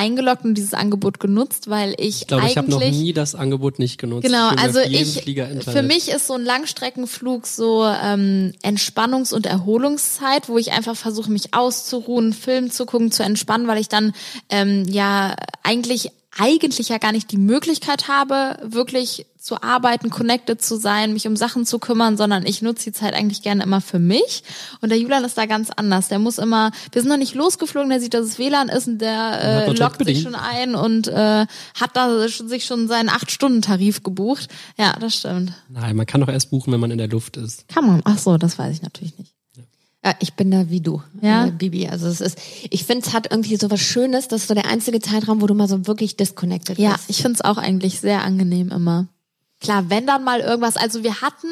S1: eingeloggt und dieses Angebot genutzt, weil ich,
S2: ich glaube, ich habe noch
S1: eigentlich
S2: nie das Angebot nicht genutzt.
S1: Genau,
S2: Ich bin
S1: also
S2: auf jedem
S1: ich,
S2: Flieger
S1: für
S2: Internet.
S1: mich ist so ein Langstreckenflug so ähm, Entspannungs- und Erholungszeit, wo ich einfach versuche, mich auszuruhen, Film zu gucken, zu entspannen, weil ich dann ähm, ja eigentlich eigentlich ja gar nicht die Möglichkeit habe, wirklich zu arbeiten, connected zu sein, mich um Sachen zu kümmern, sondern ich nutze die Zeit eigentlich gerne immer für mich. Und der Julian ist da ganz anders. Der muss immer, wir sind noch nicht losgeflogen, der sieht, dass es WLAn ist und der äh,
S2: man
S1: lockt sich
S2: Jobbedingt.
S1: schon ein und äh, hat da sch- sich schon seinen 8-Stunden-Tarif gebucht. Ja, das stimmt.
S2: Nein, man kann doch erst buchen, wenn man in der Luft ist.
S1: Kann man. Ach so, das weiß ich natürlich nicht.
S3: Ja, ich bin da wie du,
S1: Ja.
S3: äh, Bibi. Also es ist, ich finde, es hat irgendwie so was Schönes. Das ist so der einzige Zeitraum, wo du mal so wirklich disconnected
S1: Ja,
S3: bist.
S1: ich find's auch eigentlich sehr angenehm immer. Klar, wenn dann mal irgendwas, also wir hatten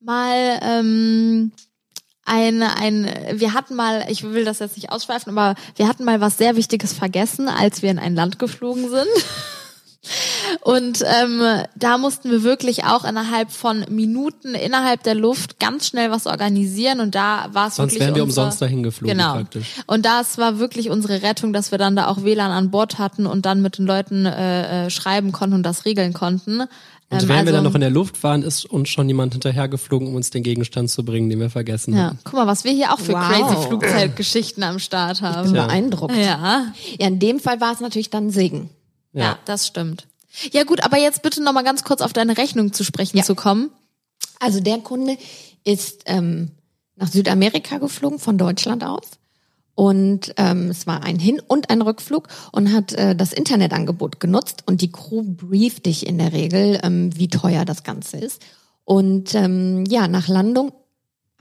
S1: mal ähm, ein, ein, wir hatten mal, ich will das jetzt nicht ausschweifen, aber wir hatten mal was sehr Wichtiges vergessen, als wir in ein Land geflogen sind. Und ähm, da mussten wir wirklich auch innerhalb von Minuten innerhalb der Luft ganz schnell was organisieren und da war es
S2: Sonst
S1: wirklich
S2: wären wir
S1: unser-
S2: umsonst dahin geflogen
S1: genau.
S2: praktisch.
S1: Und das war wirklich unsere Rettung, dass wir dann da auch WLAN an Bord hatten und dann mit den Leuten äh, äh, schreiben konnten und das regeln konnten.
S2: Und
S1: Ähm,
S2: während wir
S1: also-
S2: dann noch in der Luft waren, ist uns schon jemand hinterhergeflogen, um uns den Gegenstand zu bringen, den wir vergessen
S1: ja,
S2: haben.
S1: guck mal, was wir hier auch für
S3: Wow.
S1: crazy Flugzeuggeschichten am Start haben.
S2: Ja.
S3: Beeindruckt.
S1: Ja.
S3: Ja, in dem Fall war es natürlich dann Segen.
S1: Ja, das stimmt. Ja gut, aber jetzt bitte noch mal ganz kurz auf deine Rechnung zu sprechen
S3: Ja.
S1: zu kommen.
S3: Also der Kunde ist ähm, nach Südamerika geflogen von Deutschland aus. Und ähm, es war ein Hin- und ein Rückflug und hat äh, das Internetangebot genutzt. Und die Crew brieft dich in der Regel, ähm, wie teuer das Ganze ist. Und ähm, ja, nach Landung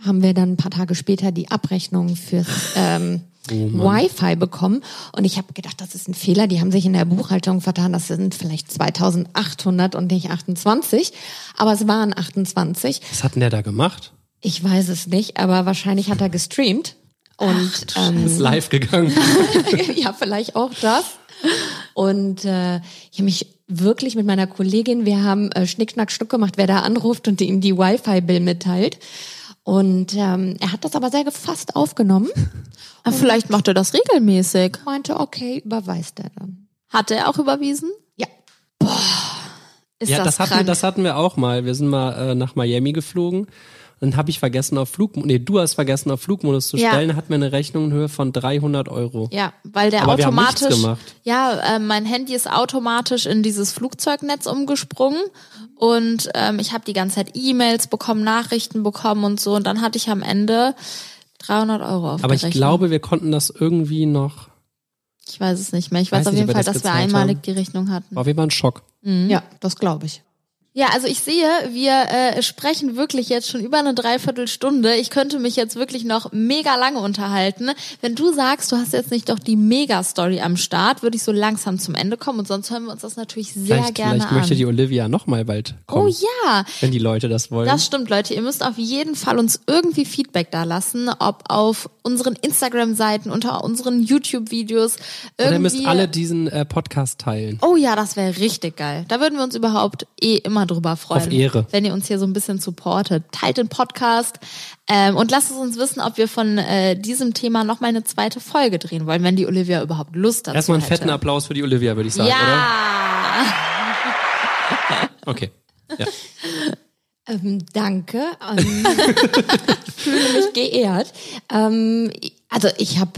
S3: haben wir dann ein paar Tage später die Abrechnung fürs ähm, Wi-Fi bekommen. Und ich habe gedacht, das ist ein Fehler. Die haben sich in der Buchhaltung vertan. Das sind vielleicht 2800 und nicht 28. Aber es waren 28.
S2: Was hat denn der da gemacht?
S3: Ich weiß es nicht, aber wahrscheinlich hat er gestreamt. Und
S2: Ist
S3: ähm,
S2: live gegangen.
S3: ja, vielleicht auch das. Und äh, ich habe mich wirklich mit meiner Kollegin, wir haben äh, Schnickschnack Schnuck gemacht, wer da anruft und ihm die Wi-Fi-Bill mitteilt. Und ähm, er hat das aber sehr gefasst aufgenommen.
S1: Aber vielleicht macht er das regelmäßig.
S3: Meinte, okay, überweist er dann.
S1: Hat er auch überwiesen?
S3: Ja,
S1: Ist
S2: ja, das,
S1: das,
S2: hatten,
S1: krank?
S2: das hatten wir auch mal. Wir sind mal äh, nach Miami geflogen. Dann habe ich vergessen auf Flug, nee, du hast vergessen auf Flugmodus zu
S1: Ja.
S2: stellen, hat mir eine Rechnung in Höhe von 300 Euro.
S1: Ja, weil der
S2: Aber wir haben nichts
S1: automatisch.
S2: gemacht.
S1: Ja, äh, mein Handy ist automatisch in dieses Flugzeugnetz umgesprungen und ähm, ich habe die ganze Zeit E-Mails bekommen, Nachrichten bekommen und so und dann hatte ich am Ende 300 Euro auf
S2: Aber
S1: der
S2: ich
S1: Rechnung.
S2: glaube, wir konnten das irgendwie noch.
S1: ich weiß es nicht mehr. Ich weiß,
S2: Weiß
S1: auf
S2: nicht,
S1: jeden
S2: ob wir
S1: Fall, dass
S2: das
S1: wir
S2: gezahlt
S1: einmalig
S2: haben.
S1: die Rechnung hatten.
S2: War wie mal ein Schock.
S3: ja, das glaube ich.
S1: Ja, also ich sehe, wir äh, sprechen wirklich jetzt schon über eine Dreiviertelstunde. Ich könnte mich jetzt wirklich noch mega lange unterhalten. Wenn du sagst, du hast jetzt nicht doch die Mega-Story am Start, würde ich so langsam zum Ende kommen und sonst hören wir uns das natürlich sehr
S2: vielleicht
S1: gerne
S2: vielleicht möchte
S1: an.
S2: die Olivia nochmal bald
S1: oh
S2: kommen,
S1: ja,
S2: wenn die Leute das wollen.
S1: das stimmt, Leute. Ihr müsst auf jeden Fall uns irgendwie Feedback da lassen, ob auf unseren Instagram-Seiten, unter unseren YouTube-Videos.
S2: Oder ihr
S1: irgendwie-
S2: müsst alle diesen äh, Podcast teilen.
S1: Oh ja, das wäre richtig geil. Da würden wir uns überhaupt eh immer drüber freuen.
S2: Auf Ehre.
S1: Wenn ihr uns hier so ein bisschen supportet. Teilt den Podcast ähm, und lasst es uns wissen, ob wir von äh, diesem Thema nochmal eine zweite Folge drehen wollen, wenn die Olivia überhaupt Lust dazu
S2: Erstmal einen
S1: hätte.
S2: fetten Applaus für die Olivia, würde ich sagen,
S1: Ja!
S2: oder? Okay. Ja.
S3: Ähm, danke. Ähm, ich fühle mich geehrt. Ähm, also ich habe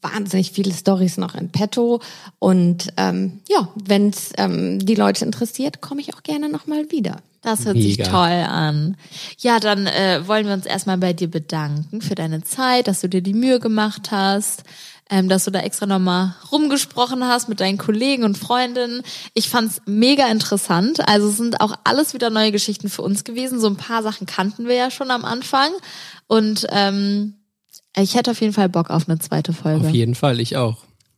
S3: wahnsinnig viele Stories noch in petto und ähm, ja, wenn es ähm, die Leute interessiert, komme ich auch gerne nochmal wieder.
S1: Das hört
S2: Mega.
S1: sich toll an. Ja, dann äh, wollen wir uns erstmal bei dir bedanken für deine Zeit, dass du dir die Mühe gemacht hast, ähm, dass du da extra nochmal rumgesprochen hast mit deinen Kollegen und Freundinnen. Ich fand's mega interessant. Also es sind auch alles wieder neue Geschichten für uns gewesen. So ein paar Sachen kannten wir ja schon am Anfang. Und ähm, ich hätte auf jeden Fall Bock auf eine zweite Folge.
S2: Auf jeden Fall, ich auch.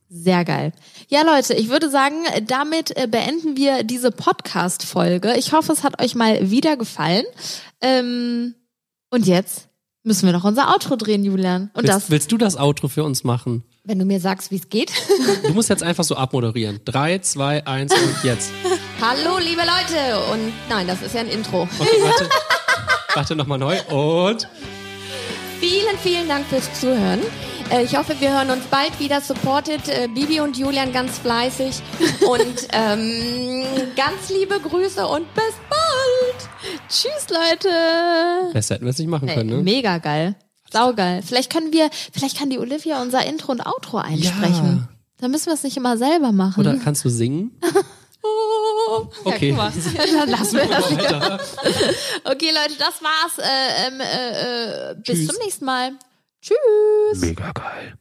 S1: Sehr geil. Ja, Leute, ich würde sagen, damit äh, beenden wir diese Podcast-Folge. Ich hoffe, es hat euch mal wieder gefallen. Ähm, und jetzt müssen wir noch unser Outro drehen, Julian. Und
S2: Willst,
S1: das.
S2: willst du das Outro für uns machen?
S3: Wenn du mir sagst, wie es geht.
S2: Du musst jetzt einfach so abmoderieren. Drei, zwei, eins und jetzt.
S3: Hallo, liebe Leute! Und nein, das ist ja ein Intro.
S2: Okay, warte. Warte nochmal neu. Und
S3: Vielen, vielen Dank fürs Zuhören. Äh, Ich hoffe, wir hören uns bald wieder. Supportet äh, Bibi und Julian ganz fleißig. Und ähm, ganz liebe Grüße und bis bald.
S1: Tschüss, Leute.
S2: besser hätten wir es nicht machen
S1: Ey,
S2: können, ne?
S1: Mega geil. Saugeil. Vielleicht können wir, vielleicht kann die Olivia unser Intro und Outro einsprechen. Dann müssen wir es nicht immer selber machen.
S2: Oder kannst du singen? Okay.
S1: Ja, guck mal. Dann lassen wir das.
S2: Weiter.
S1: Okay, Leute, das war's. Äh, ähm, äh, äh, bis
S2: Tschüss.
S1: zum nächsten Mal. Tschüss.
S2: Mega geil.